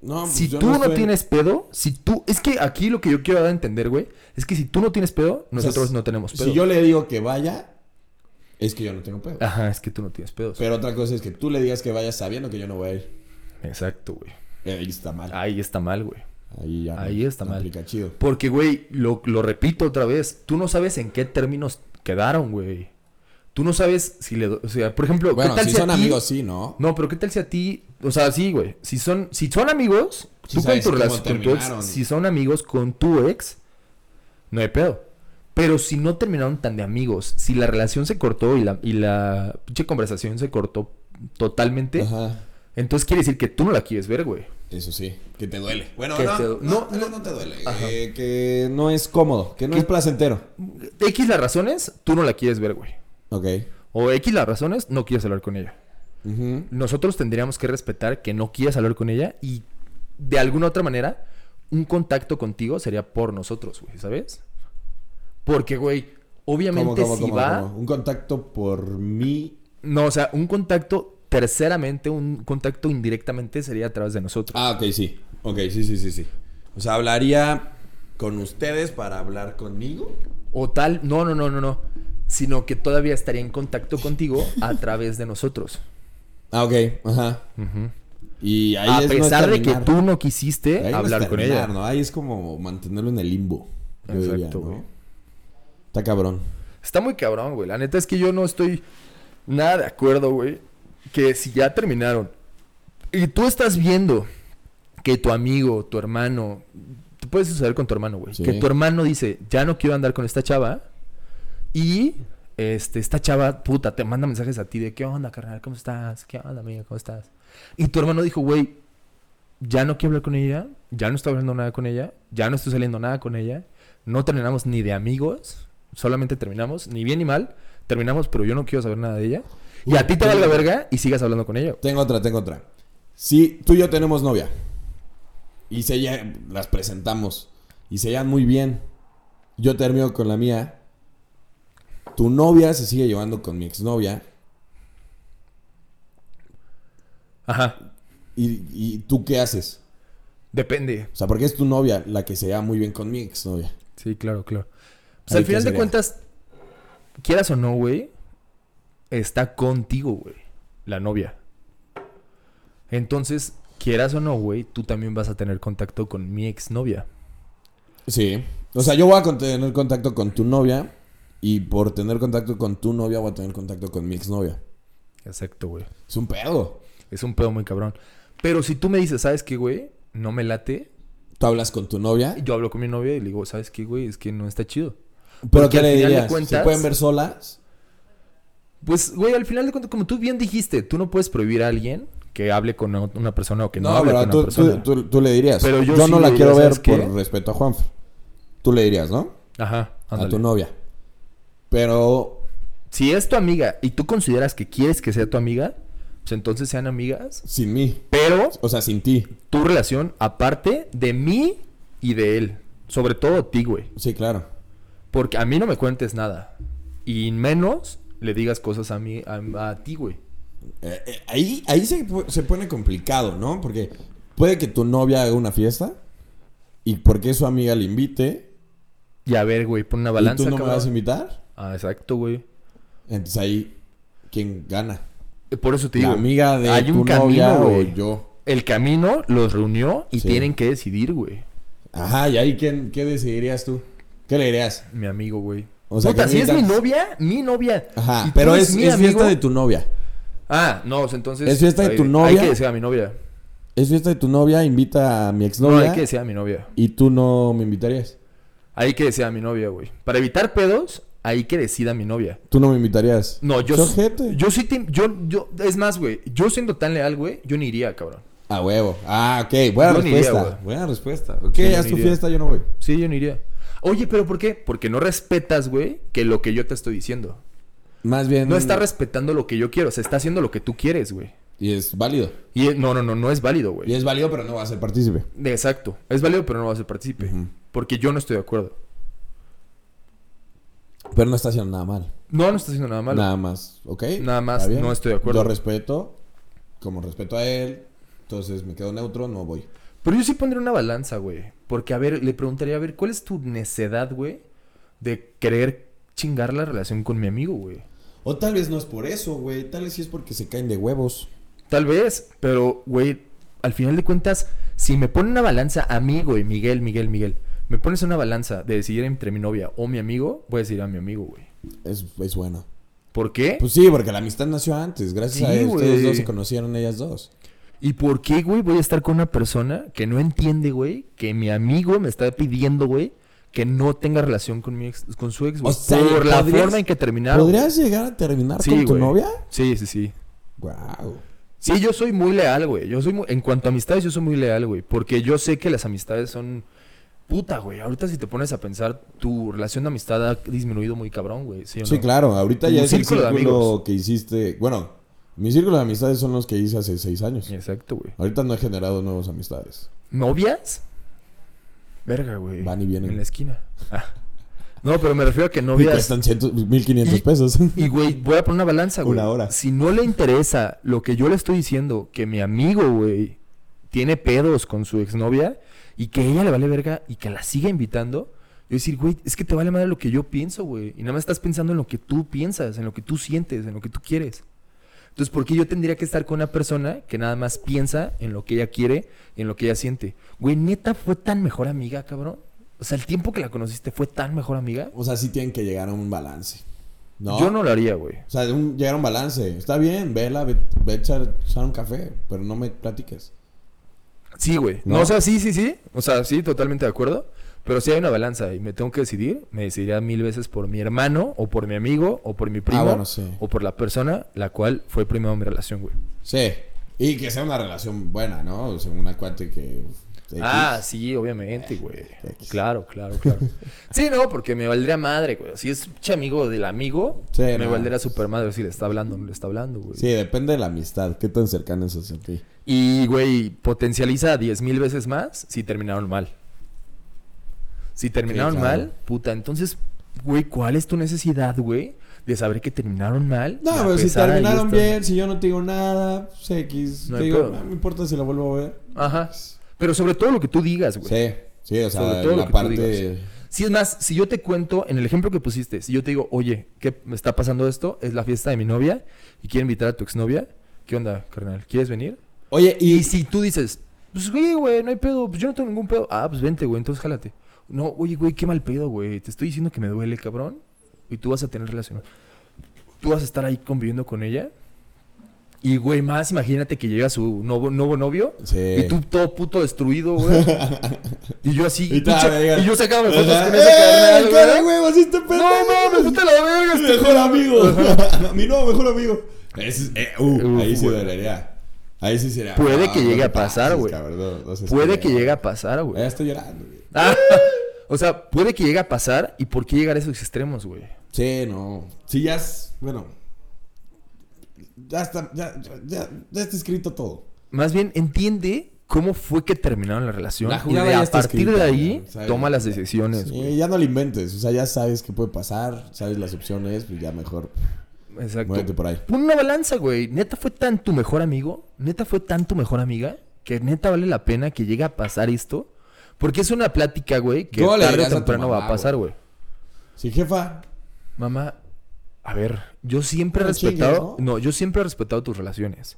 S1: No, pues
S2: Si
S1: yo
S2: tú no
S1: estoy-
S2: tienes pedo, si tú. Es que aquí lo que yo quiero dar a entender, güey, es que si tú no tienes pedo,
S1: o sea,
S2: nosotros no tenemos pedo.
S1: Si yo le digo que vaya, es que yo no tengo pedo.
S2: Ajá, es que tú no tienes pedos.
S1: Pero otra cosa es que tú le digas que vaya sabiendo que yo no voy a ir.
S2: Exacto, güey.
S1: Eh, Ahí está mal.
S2: Ahí está mal, güey.
S1: Ahí, ya no-
S2: Ah, Ahí está
S1: no
S2: mal.
S1: aplica chido.
S2: Porque, güey, lo, lo repito otra vez, tú no sabes en qué términos quedaron, güey. Tú no sabes si le... do- O sea, por ejemplo,
S1: Bueno,
S2: ¿qué tal
S1: si
S2: si a
S1: son
S2: ti-
S1: amigos, sí, ¿no?
S2: No, pero ¿qué tal si a ti... O sea, sí, güey. Si son, si son amigos,
S1: Sí
S2: tú con
S1: sabes
S2: tu
S1: cómo
S2: relación con tu ex,
S1: terminaron.
S2: si son amigos con tu ex, no hay pedo. Pero si no terminaron tan de amigos, si la relación se cortó y la, y la pinche conversación se cortó totalmente,
S1: Ajá.
S2: entonces quiere decir que tú no la quieres ver, güey.
S1: Eso sí, que te duele. Bueno,
S2: Que
S1: no,
S2: te du-
S1: no,
S2: no,
S1: tal vez
S2: no.
S1: no te duele.
S2: Ajá.
S1: eh, que no es cómodo, que no
S2: Que-
S1: es placentero.
S2: X las razones, tú no la quieres ver, güey.
S1: Ok.
S2: O X las razones, no quieres hablar con ella.
S1: Ujú.
S2: Nosotros tendríamos que respetar que no quieres hablar con ella y de alguna otra manera, un contacto contigo sería por nosotros, güey, ¿sabes? Porque, güey,
S1: ¿Cómo,
S2: obviamente
S1: cómo,
S2: si
S1: cómo,
S2: va.
S1: cómo? Un contacto por mí.
S2: No, o sea, un contacto terceramente, un contacto indirectamente sería a través de nosotros.
S1: Ah, ok, sí. Ok, sí, sí, sí, sí. O sea, hablaría con ustedes para hablar conmigo.
S2: O tal, no, no, no, no, no. Sino que todavía estaría en contacto contigo a través de nosotros.
S1: Ah, ok, ajá. Y ahí
S2: a
S1: es no
S2: pesar de que
S1: terminar.
S2: tú no quisiste
S1: Ahí no es
S2: hablar con
S1: terminar,
S2: ella.
S1: ¿no? Ahí es como mantenerlo en el limbo. yo diría,
S2: Exacto,
S1: ¿no?
S2: güey.
S1: Está cabrón.
S2: Está muy cabrón, güey. La neta es que yo no estoy nada de acuerdo, güey. Que si ya terminaron y tú estás viendo que tu amigo, tu hermano, te puedes suceder con tu hermano, güey.
S1: Sí.
S2: Que tu hermano dice, ya no quiero andar con esta chava. Y este, esta chava, puta, te manda mensajes a ti de, ¿qué onda, carnal? ¿Cómo estás? ¿Qué onda, amigo? ¿Cómo estás? Y tu hermano dijo, güey, ya no quiero hablar con ella, ya no estoy hablando nada con ella, ya no estoy saliendo nada con ella, no terminamos ni de amigos, solamente terminamos, ni bien ni mal, terminamos, pero yo no quiero saber nada de ella. Y a ti te va la verga y sigas hablando con ella.
S1: Tengo otra, tengo otra. Si tú y yo tenemos novia y se lle- las presentamos y se llevan muy bien, yo termino con la mía, tu novia se sigue llevando con mi exnovia
S2: Ajá,
S1: y, y tú qué haces?
S2: depende.
S1: O sea, porque es tu novia la que se lleva muy bien con mi exnovia.
S2: Sí, claro, claro. Pues
S1: Ahí,
S2: al
S1: ¿qué
S2: final de
S1: sería?
S2: cuentas, quieras o no, güey, está contigo, güey, la novia. Entonces, quieras o no, güey, tú también vas a tener contacto con mi exnovia.
S1: Sí. O sea, yo voy a con- tener contacto con tu novia y por tener contacto con tu novia voy a tener contacto con mi exnovia.
S2: Exacto, güey.
S1: Es un pedo.
S2: Es un pedo muy cabrón. Pero si tú me dices, ¿sabes qué, güey? No me late.
S1: Tú hablas con tu novia,
S2: Yo hablo con mi novia y le digo, ¿sabes qué, güey? Es que no está chido.
S1: pero
S2: Porque
S1: ¿qué
S2: al
S1: le
S2: final de
S1: dirías? ¿Se
S2: cuentas-
S1: pueden ver solas?
S2: Pues, güey, al final de cuentas, como tú bien dijiste, tú no puedes prohibir a alguien que hable con o- una persona o que no,
S1: No,
S2: hable
S1: pero
S2: con
S1: tú,
S2: una persona.
S1: tú- tú- tú le dirías.
S2: Pero yo
S1: yo
S2: sí
S1: no
S2: le
S1: la
S2: diría,
S1: quiero ver
S2: ¿sabes qué?
S1: por respeto a Juanfer. Tú le dirías, ¿no?
S2: Ajá,
S1: A
S2: ándale.
S1: tu novia. Pero
S2: Si es tu amiga y tú consideras que quieres que sea tu amiga, pues entonces sean amigas.
S1: sin mí.
S2: Pero
S1: O sea, sin ti.
S2: tu relación aparte de mí y de él. Sobre todo a ti, güey.
S1: Sí, claro.
S2: Porque a mí no me cuentes nada. Y menos le digas cosas a mí, a, a ti, güey.
S1: Eh, eh, ahí ahí se, pu- se pone complicado, ¿no? Porque puede que tu novia haga una fiesta y porque su amiga le invite
S2: Y a ver, güey, pon una
S1: ¿Y
S2: balanza.
S1: tú no me
S2: cabrón.
S1: vas a invitar?
S2: Ah, exacto, güey.
S1: Entonces ahí, ¿quién gana?
S2: Eh, Por eso te
S1: ¿La
S2: digo.
S1: amiga de
S2: hay
S1: tu
S2: un camino,
S1: novia
S2: güey.
S1: o yo?
S2: El camino los reunió y
S1: Sí.
S2: tienen que decidir, güey.
S1: Ajá, ¿y ahí quién, qué decidirías tú? ¿Qué le dirías?
S2: Mi amigo, güey.
S1: O sea,
S2: Puta,
S1: que
S2: si es mi
S1: invitas-
S2: novia, mi novia.
S1: Ajá,
S2: Y tú
S1: pero
S2: eres
S1: es,
S2: mi
S1: es fiesta
S2: amigo.
S1: de tu novia.
S2: Ah, no, o sea, entonces.
S1: ¿Es fiesta de
S2: hay-
S1: tu
S2: Hay
S1: novia?
S2: que decir a mi novia.
S1: Es fiesta de tu novia, invita a mi
S2: No,
S1: exnovia
S2: hay que decir a mi novia.
S1: y tú no me invitarías.
S2: Hay que decir a mi novia, güey. Para evitar pedos, hay que decir a mi novia.
S1: Tú no me invitarías.
S2: No, yo.
S1: ¿Qué
S2: s-
S1: ojete?
S2: Yo sí te. Yo, yo, es más, güey. Yo siendo tan leal, güey, yo ni iría, cabrón.
S1: Ah, huevo. Ah, ok. Buena
S2: Yo ni iría,
S1: respuesta.
S2: güey.
S1: Buena respuesta. Ok,
S2: Yo ni
S1: haz tu
S2: iría.
S1: fiesta, yo no voy.
S2: Sí, yo no iría. Oye, pero ¿por qué? Porque no respetas, güey, que lo que yo te estoy diciendo.
S1: Más bien...
S2: No está respetando lo que yo quiero, se está haciendo lo que tú quieres, güey.
S1: Y es válido.
S2: Y eh, no, no, no, no es válido,
S1: Y
S2: güey.
S1: es válido, pero no va a ser partícipe.
S2: De- Exacto. Es válido, pero no vas a partícipe.
S1: Ujú.
S2: Porque yo no estoy de acuerdo.
S1: Pero no está haciendo nada mal.
S2: No, no está haciendo nada malo.
S1: Nada más, ¿ok?
S2: Nada más,
S1: ¿Está bien?
S2: no estoy de acuerdo.
S1: Yo respeto, como respeto a él, entonces me quedo neutro, no voy.
S2: Pero yo sí pondría una balanza, güey. Porque, a ver, le preguntaría, a ver, ¿cuál es tu necedad, güey? De querer chingar la relación con mi amigo, güey.
S1: O tal vez no es por eso, güey, tal vez sí es porque se caen de huevos.
S2: Tal vez, pero, güey, al final de cuentas, si me ponen una balanza a mí, güey, Miguel, Miguel, Miguel, me pones una balanza de decidir entre mi novia o mi amigo, voy a decidir a mi amigo, güey.
S1: Es, es bueno.
S2: ¿Por qué?
S1: Pues sí, porque la amistad nació antes, gracias
S2: Sí,
S1: a él, ustedes
S2: güey.
S1: dos se conocieron ellas dos.
S2: ¿Y por qué, güey, voy a estar con una persona que no entiende, güey, que mi amigo me está pidiendo, güey, que no tenga relación con, mi ex, con su ex, güey?
S1: O sea,
S2: por la
S1: ¿podrías-
S2: forma en que terminaron.
S1: ¿Podrías llegar a terminar
S2: Sí,
S1: con tu
S2: güey.
S1: novia?
S2: Sí, sí, sí.
S1: Wow.
S2: Sí, yo soy muy leal, güey. Yo soy muy... En cuanto a amistades, yo soy muy leal, güey. Porque yo sé que las amistades son... Puta, güey. Ahorita si te pones a pensar, tu relación de amistad ha disminuido muy cabrón, güey. ¿Sí, o
S1: Sí,
S2: no?
S1: claro, ahorita
S2: Tu
S1: ya es el
S2: círculo de
S1: círculo
S2: amigos.
S1: que hiciste. Bueno, mi círculo de amistades son los que hice hace seis años.
S2: Exacto, güey.
S1: Ahorita no he generado nuevas amistades.
S2: ¿Novias? Verga, güey.
S1: Van y vienen.
S2: En la esquina. Ah. No, pero me refiero a que
S1: Y
S2: novias...
S1: cuestan 100, 1500
S2: Y-
S1: pesos.
S2: Y, güey, voy a poner una balanza, güey.
S1: Una hora.
S2: Si no le interesa lo que yo le estoy diciendo, que mi amigo, güey, tiene pedos con su exnovia, y que ella le vale verga y que la siga invitando, yo decir, güey, es que te vale madre lo que yo pienso, güey. Y nada más estás pensando en lo que tú piensas, en lo que tú sientes, en lo que tú quieres. Entonces, ¿por qué yo tendría que estar con una persona que nada más piensa en lo que ella quiere y en lo que ella siente? Güey, neta fue tan mejor amiga, cabrón. O sea, el tiempo que la conociste fue tan mejor amiga.
S1: O sea, sí tienen que llegar a un balance. ¿No?
S2: Yo no lo haría, güey.
S1: O sea, un- llegar a un balance. Está bien, vela, ve, ve a echar, echar un café, pero no me platiques.
S2: Sí, güey. No,
S1: ¿No?
S2: o sea, sí, sí, sí. O sea, sí, totalmente de acuerdo. Pero si hay una balanza y me tengo que decidir, me decidiría mil veces por mi hermano, o por mi amigo, o por mi primo,
S1: Ah, bueno, sí.
S2: o por la persona la cual fue primero mi relación, güey.
S1: Sí. Y que sea una relación buena, ¿no? O sea, una cuate que...
S2: Ah, sí, obviamente, güey.
S1: X.
S2: Claro, claro, claro. sí, no, porque me valdría madre, güey. Si es pinche amigo del amigo,
S1: Sí,
S2: me
S1: no.
S2: valdría super madre si le está hablando o no le está hablando, güey.
S1: Sí, depende de la amistad. ¿Qué tan cercana es hacia ti?
S2: Y, güey, potencializa 10 mil veces más si terminaron mal. Si terminaron
S1: claro.
S2: mal, puta, entonces, güey, ¿cuál es tu necesidad, güey? De saber que terminaron mal.
S1: No,
S2: y a
S1: pero si
S2: pesar ahí
S1: terminaron
S2: estás?
S1: bien, si yo no te digo nada, pues, X.
S2: No
S1: te
S2: hay
S1: digo,
S2: pedo.
S1: no me importa si la vuelvo a ver.
S2: Ajá. Pero sobre todo lo que tú digas, güey.
S1: pues. Sí, sí, o sea,
S2: Sobre todo lo
S1: la
S2: que tú
S1: parte...
S2: digas. Si es más, si yo te cuento, en el ejemplo que pusiste, si yo te digo, oye, ¿qué me está pasando esto? Es la fiesta de mi novia y quiero invitar a tu exnovia. ¿Qué onda, carnal? ¿Quieres venir?
S1: Oye,
S2: Y
S1: y...
S2: si tú dices, pues güey, güey, no hay pedo, pues yo no tengo ningún pedo. Ah, pues vente, güey, entonces jálate. No, oye, güey, qué mal pedo, güey. Te estoy diciendo que me duele, cabrón. Y tú vas a tener relación. Tú vas a estar ahí conviviendo con ella. Y, güey, más imagínate que llega su nuevo, nuevo novio.
S1: Sí.
S2: Y tú todo puto destruido, güey. y yo así.
S1: Y
S2: Y,
S1: tal, me digas,
S2: yo sacaba fotos
S1: Ajá.
S2: con esa
S1: ¡Eh,
S2: carnal,
S1: cara,
S2: güey.
S1: huevos, este
S2: No,
S1: pendejo!
S2: mames, puta la verga.
S1: Mi
S2: este-
S1: mejor amigo. Mi nuevo mejor amigo. Es- eh, uh,
S2: Uh,
S1: ahí sí
S2: güey.
S1: dolería. Ahí sí sería.
S2: Puede que
S1: no
S2: llegue
S1: te
S2: a pasar,
S1: pases,
S2: güey.
S1: cabrón, no- no seas
S2: Puede que
S1: pendejo.
S2: llegue a pasar, güey.
S1: Ya estoy llorando, güey.
S2: Ah, o sea, puede que llegue a pasar. ¿Y por qué llegar a esos extremos, güey?
S1: Sí, no. Sí, ya es. Bueno. Ya está. Ya, ya, ya- ya está escrito todo.
S2: Más bien, entiende cómo fue que terminaron la relación.
S1: La
S2: y
S1: jugada
S2: de,
S1: ya
S2: a
S1: está
S2: partir de
S1: escrita,
S2: ahí,
S1: güey, ¿sabes?
S2: toma las decisiones.
S1: Sí,
S2: güey.
S1: Eh, ya no lo inventes. O sea, ya sabes qué puede pasar. Sabes las opciones. Pues ya mejor.
S2: Exacto.
S1: Muévete por ahí.
S2: Pon una balanza, güey. Neta fue tan tu mejor amigo. Neta fue tan tu mejor amiga. Que neta vale la pena que llegue a pasar esto. Porque es una plática, güey, que
S1: ¿Cómo le
S2: tarde o
S1: dirías a tu
S2: temprano va a
S1: mamá,
S2: pasar, güey.
S1: Sí, jefa.
S2: Mamá, a ver, yo siempre he
S1: No chingues,
S2: respetado.
S1: ¿no?
S2: ¿no? yo siempre he respetado tus relaciones.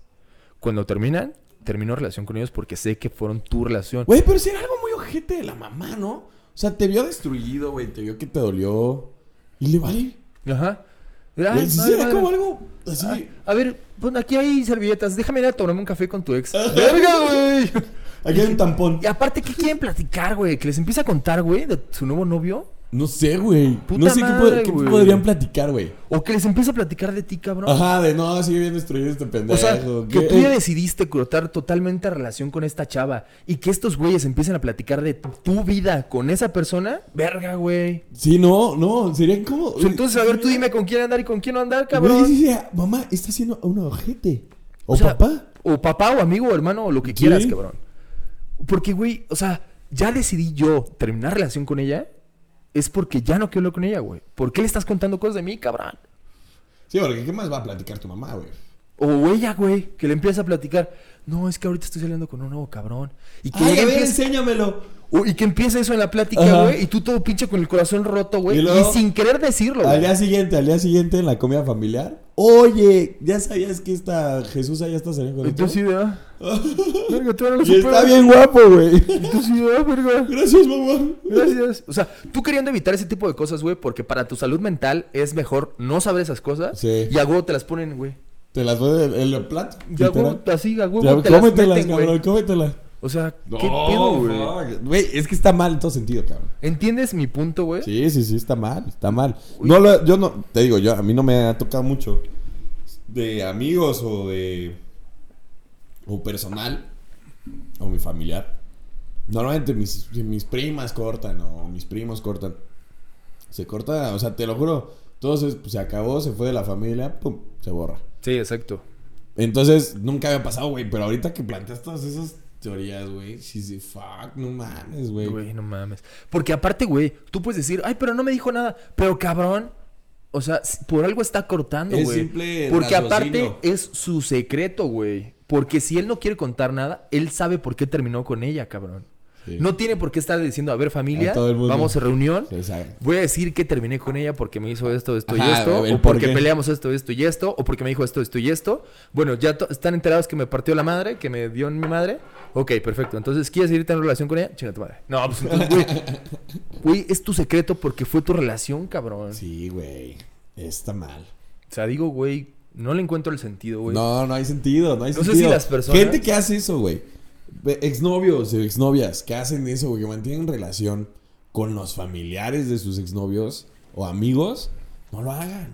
S2: Cuando terminan, termino relación con ellos porque sé que fueron tu relación.
S1: Güey, pero si era algo muy ojete de la mamá, ¿no? O sea, te vio destruido, güey. Te vio que te dolió. Y le vale.
S2: Ajá.
S1: Güey,
S2: Ay,
S1: sí,
S2: madre,
S1: era
S2: madre.
S1: como algo así.
S2: A ver, pon aquí hay servilletas. Déjame ir a tomarme un café con tu ex. ¡Verga, güey!
S1: Aquí hay un tampón.
S2: Y aparte, ¿qué quieren platicar, güey? Que les empieza a contar, güey, de su nuevo novio.
S1: No sé, güey.
S2: Puta
S1: No sé qué, pod-
S2: madre,
S1: qué
S2: güey.
S1: podrían platicar, güey.
S2: O que les empieza a platicar de ti, cabrón.
S1: Ajá, de no, sigue bien destruido este pendejo.
S2: O sea, que
S1: Ah, ¿qué?
S2: tú ya decidiste cortar totalmente relación con esta chava y que estos güeyes empiecen a platicar de tu vida con esa persona, verga, güey.
S1: Sí, no, no, sería como.
S2: O sea, Entonces, a ver, tú dime con quién andar y con quién no andar,
S1: Güey,
S2: cabrón.
S1: sí, sí, mamá, está haciendo a un ojete. O,
S2: sea,
S1: papá.
S2: O papá, o amigo, o hermano, o lo que quieras,
S1: Sí.
S2: cabrón. Porque, güey, o sea, ya decidí yo terminar relación con ella. Es porque ya no quiero hablar con ella, güey. ¿Por qué le estás contando cosas de mí, cabrón?
S1: Sí, porque ¿qué más va a platicar tu mamá, güey?
S2: O ella, güey, que le empieza a platicar. No, es que ahorita estoy saliendo con un nuevo cabrón. Y que,
S1: Ay,
S2: ella
S1: a ver,
S2: empiece-
S1: enséñamelo.
S2: o- y que empiece eso en la
S1: Ajá.
S2: plática, güey. Y tú todo pinche con el corazón roto, güey.
S1: Y
S2: Y,
S1: luego-
S2: sin querer decirlo,
S1: Al
S2: güey.
S1: día siguiente, al día siguiente en la comida familiar. Oye, ¿ya sabías que esta Jesús ya está saliendo con
S2: Y
S1: el
S2: tú sí, ¿verdad? Verga, tú no lo
S1: Y está
S2: superas.
S1: bien guapo, güey.
S2: Y tú sí, ¿verdad, verga?
S1: Gracias, mamá.
S2: Gracias. O sea, tú queriendo evitar ese tipo de cosas, güey, porque para tu salud mental es mejor no saber esas cosas.
S1: Sí.
S2: Y a huevo te las ponen, güey.
S1: Te las voy en el plato.
S2: Y a huevo,
S1: literal.
S2: así, a
S1: Ya,
S2: huevo te las
S1: Cómetelas,
S2: meten,
S1: cabrón,
S2: güey.
S1: cómetelas.
S2: O sea, ¿qué pedo, güey?
S1: fuck. Güey, es que está mal en todo sentido, cabrón.
S2: ¿Entiendes mi punto, güey?
S1: Sí, sí, sí, está mal, está mal. No lo- yo no, te digo, yo a mí no me ha tocado mucho de amigos o de o personal o mi familiar. Normalmente mis, mis primas cortan o mis primos cortan. Se corta, o sea, te lo juro. Entonces, pues, se acabó, se fue de la familia, pum, se borra.
S2: Sí, exacto.
S1: Entonces, nunca había pasado, güey. Pero ahorita que planteas todas esas teorías, güey. Sí, sí, fuck, no mames, güey.
S2: Güey, no mames. Porque aparte, güey, tú puedes decir, ay, pero no me dijo nada. Pero cabrón, o sea, s- por algo está cortando,
S1: Es
S2: güey.
S1: simple
S2: Porque
S1: raciocinio.
S2: aparte es su secreto, güey. Porque si él no quiere contar nada, él sabe por qué terminó con ella, cabrón.
S1: Sí.
S2: No tiene por qué estar diciendo, a ver familia,
S1: A todo el mundo.
S2: vamos a reunión.
S1: Sí, exacto.
S2: Voy a decir que terminé con ella porque me hizo esto, esto y
S1: Ajá,
S2: esto,
S1: el
S2: o
S1: por
S2: porque
S1: qué.
S2: peleamos esto, esto y esto, o porque me dijo esto, esto y esto. Bueno, ya to- están enterados que me partió la madre, que me dio mi madre. Ok, perfecto. Entonces, ¿quieres irte en relación con ella? Chinga tu madre. No, pues entonces, güey. Güey, es tu secreto porque fue tu relación, cabrón.
S1: Sí, güey. Está mal.
S2: O sea, digo, güey, no le encuentro el sentido, güey.
S1: No, no hay sentido, no hay
S2: No sé
S1: sentido.
S2: si las personas-
S1: Gente que hace eso, güey. Ve- Exnovios, eh, exnovias, que hacen eso, güey, que mantienen relación con los familiares de sus exnovios o amigos, no lo hagan.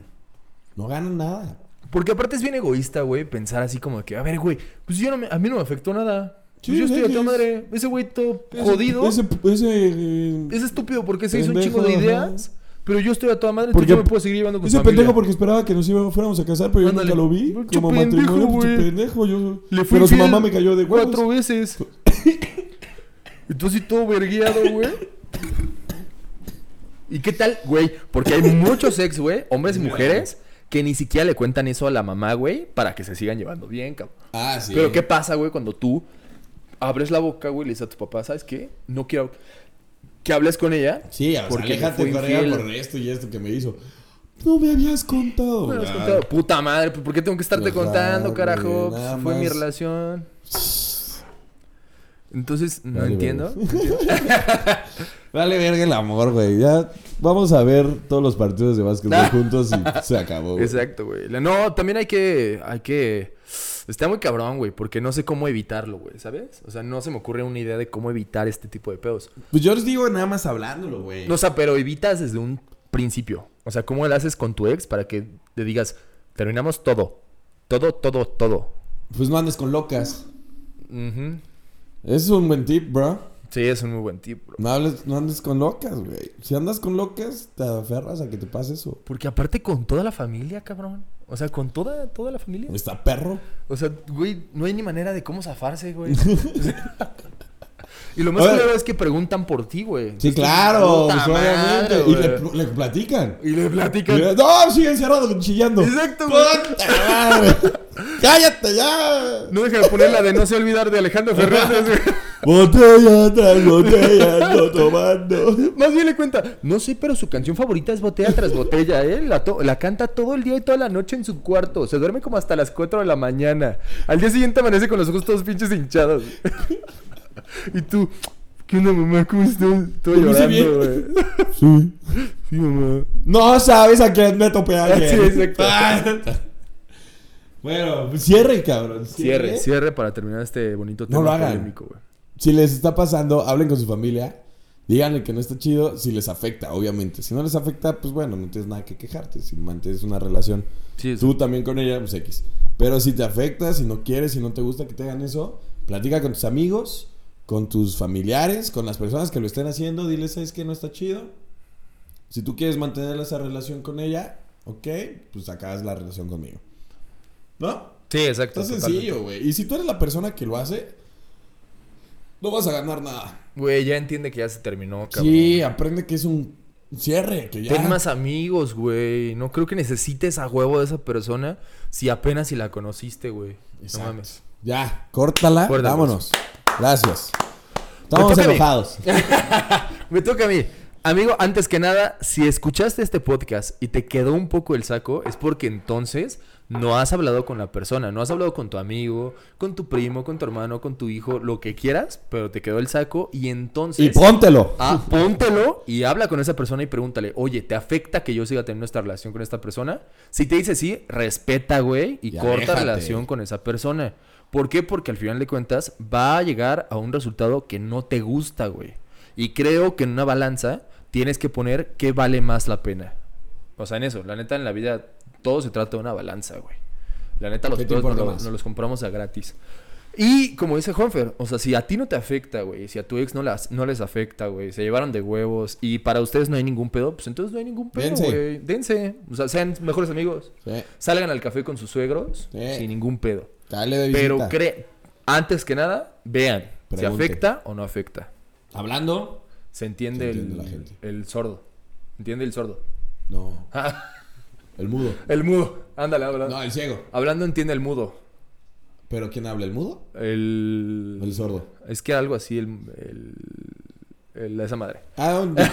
S1: No ganan nada.
S2: Porque aparte es bien egoísta, güey, pensar así como que, a ver, güey, pues yo no me- a mí no me afectó nada. Pues
S1: Sí,
S2: yo estoy a
S1: sí,
S2: toda
S1: es-
S2: madre. Ese güey todo jodido.
S1: Ese, ese, eh,
S2: Es estúpido porque se hizo un
S1: Pendejo,
S2: chingo de
S1: ajá.
S2: ideas. Pero yo estoy a toda madre,
S1: Porque-
S2: entonces yo me puedo seguir llevando con
S1: ese
S2: su
S1: pendejo
S2: familia.
S1: porque esperaba que nos íbamos- fuéramos a casar, pero yo
S2: Ándale.
S1: nunca lo vi.
S2: Pinche
S1: Como
S2: pendejo,
S1: matrimonio, pinche
S2: güey.
S1: pendejo. Yo,
S2: Le fui
S1: pero su
S2: infiel
S1: mamá me cayó de huevos.
S2: Cuatro veces. Entonces todo vergueado, güey. ¿Y qué tal, güey? Porque hay muchos ex, güey, hombres y mujeres, que ni siquiera le cuentan eso a la mamá, güey, para que se sigan llevando bien, cabrón.
S1: Ah, sí.
S2: Pero ¿qué pasa, güey, cuando tú abres la boca, güey, y le dices a tu papá, ¿sabes qué? No quiero que hables con ella.
S1: Sí, o sea,
S2: Porque me
S1: aléjate
S2: fue
S1: con ella
S2: infiel.
S1: por esto y esto que me hizo. No me habías contado.
S2: Me lo has
S1: Ah,
S2: contado. Puta madre, pues, ¿por qué tengo que estarte
S1: Ajá,
S2: contando,
S1: güey,
S2: carajo? Pues,
S1: nada
S2: fue mi
S1: más.
S2: relación. Entonces, no
S1: Vale,
S2: entiendo.
S1: Vale verga el amor, güey. Ya vamos a ver todos los partidos de básquetbol juntos y se acabó. güey.
S2: Exacto, güey. La- No, también hay que, hay que. Está muy cabrón, güey, porque no sé cómo evitarlo, güey, ¿sabes? O sea, no se me ocurre una idea de cómo evitar este tipo de pedos.
S1: Pues yo les digo nada más hablándolo, güey.
S2: No, o sea, pero evitas desde un principio. O sea, ¿cómo lo haces con tu ex para que te digas, terminamos todo? Todo, todo, todo.
S1: Pues no andes con locas.
S2: Ujú.
S1: Ese es un buen tip, bro.
S2: Sí, es un muy buen tip, bro.
S1: No, hables- no andes con locas, güey. Si andas con locas, te aferras a que te pase eso.
S2: Porque aparte con toda la familia, cabrón. O sea, con toda, toda la familia.
S1: Está perro.
S2: O sea, güey, no hay ni manera de cómo zafarse, güey. O sea, y lo más
S1: A ver.
S2: claro es que preguntan por ti, güey.
S1: Sí,
S2: Entonces,
S1: claro.
S2: puta
S1: pues, obviamente.
S2: madre,
S1: y
S2: güey.
S1: le, pl- le platican.
S2: Y le platican.
S1: Mira, no, sigue encerrado, chillando.
S2: Exacto, güey.
S1: ¡Puta madre! ¡Cállate ya!
S2: No deja de poner la de no se olvidar de Alejandro Fernández, güey.
S1: Botella tras botella ando tomando.
S2: Más bien le cuenta, no sé, pero su canción favorita es botella tras botella, ¿eh? La, to- la canta todo el día y toda la noche en su cuarto. Se duerme como hasta las 4 de la mañana. Al día siguiente amanece con los ojos todos pinches hinchados. y tú, ¿qué onda, mamá? ¿Cómo estás? Estoy
S1: ¿Dormiste
S2: llorando, güey.
S1: Sí.
S2: Sí, mamá.
S1: No sabes a quién me topé ayer.
S2: Sí, exacto.
S1: Ah. Bueno, pues cierre, cabrón.
S2: Cierre, cierre para terminar este bonito tema
S1: lo hagan.
S2: polémico, güey.
S1: Si les está pasando, hablen con su familia. Díganle que no está chido. Si les afecta, obviamente. Si no les afecta, pues bueno, no tienes nada que quejarte. Si mantienes una relación
S2: Sí,
S1: tú también con ella, pues X. Pero si te afecta, si no quieres, si no te gusta que te hagan eso, platica con tus amigos, con tus familiares, con las personas que lo estén haciendo, diles, ¿sabes que no está chido? Si tú quieres mantener esa relación con ella, ok, pues acabas la relación conmigo. ¿No?
S2: Sí, exacto.
S1: Está
S2: totalmente.
S1: sencillo, güey. Y si tú eres la persona que lo hace, no vas a ganar nada.
S2: Güey, ya entiende que ya se terminó, cabrón.
S1: Sí, aprende que es un cierre, que ya...
S2: Ten más amigos, güey. No creo que necesites a huevo de esa persona si apenas si la conociste, güey. No
S1: Exacto.
S2: mames.
S1: Ya, córtala,
S2: Córtala.
S1: vámonos. Gracias.
S2: Me
S1: Estamos
S2: toca a mí.
S1: enojados.
S2: Me toca a mí. Amigo, antes que nada, si escuchaste este podcast y te quedó un poco el saco, es porque entonces no has hablado con la persona, no has hablado con tu amigo, con tu primo, con tu hermano, con tu hijo, lo que quieras, pero te quedó el saco y entonces...
S1: Y póntelo.
S2: Ah, póntelo y habla con esa persona y pregúntale, oye, ¿te afecta que yo siga teniendo esta relación con esta persona? Si te dice sí, respeta, güey, y,
S1: Y
S2: corta
S1: aléjate.
S2: relación con esa persona. ¿Por qué? Porque al final de cuentas va a llegar a un resultado que no te gusta, güey. Y creo que en una balanza tienes que poner qué vale más la pena. O sea, en eso, la neta, en la vida todo se trata de una balanza, güey. La neta, los
S1: ¿Qué te
S2: dos nos,
S1: importa
S2: lo-
S1: más?
S2: nos los compramos a gratis. Y como dice Juanfer, o sea, si a ti no te afecta, güey, si a tu ex no, las, no les afecta, güey, se llevaron de huevos y para ustedes no hay ningún pedo, pues entonces no hay ningún pedo,
S1: Dense.
S2: güey. Dense. O sea, sean mejores amigos.
S1: Sí,
S2: Salgan al café con sus suegros
S1: Sí.
S2: sin ningún pedo.
S1: dale de
S2: Pero
S1: visita.
S2: cre antes que nada, vean si
S1: Pregunten.
S2: afecta o no afecta.
S1: Hablando.
S2: Se entiende,
S1: Se entiende
S2: el,
S1: la gente.
S2: el sordo. ¿Entiende el sordo?
S1: No.
S2: Ah.
S1: El mudo.
S2: el mudo. Ándale, ándale.
S1: No, el ciego.
S2: Hablando entiende el mudo.
S1: ¿Pero quién habla? ¿El mudo?
S2: El...
S1: ¿O el sordo?
S2: Es que algo así, el... el... el- esa madre.
S1: Ah, un dicho.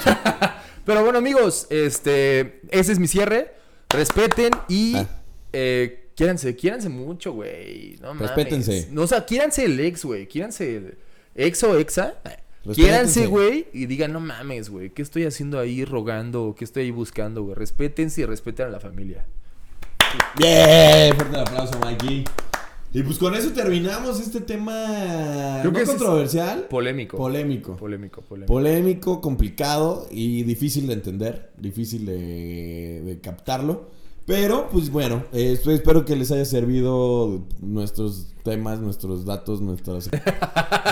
S2: Pero bueno, amigos, este... Ese es mi cierre. Respeten y...
S1: Ah.
S2: Eh, quiéranse, quiéranse mucho, güey. No mames.
S1: Respétense.
S2: No, o sea, quiéranse el ex, güey. Quiéranse el... Ex o exa.
S1: Respétense.
S2: Quiéranse, güey, y digan, no mames, güey, ¿qué estoy haciendo ahí rogando? ¿Qué estoy ahí buscando, güey? Respétense y respeten a la familia.
S1: Bien, fuerte el aplauso, Mikey. Y pues con eso terminamos este tema
S2: Creo
S1: no
S2: que es-
S1: controversial,
S2: Polémico.
S1: polémico.
S2: Polémico, polémico.
S1: Polémico, complicado y difícil de entender, difícil de, de captarlo. Pero, pues bueno, eh, esto- espero que les haya servido nuestros temas, nuestros datos, nuestras...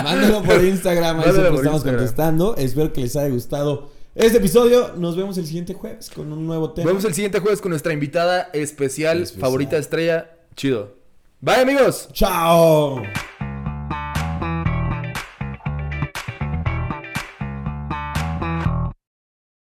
S1: Mándenlo por Instagram, ahí
S2: Mándenlo
S1: siempre
S2: por
S1: estamos
S2: Instagram.
S1: contestando. Espero que les haya gustado este episodio. Nos vemos el siguiente jueves con un nuevo tema.
S2: Nos vemos el siguiente jueves con nuestra invitada especial,
S1: Especial.
S2: favorita estrella. Chido. Bye, amigos.
S1: ¡Chao!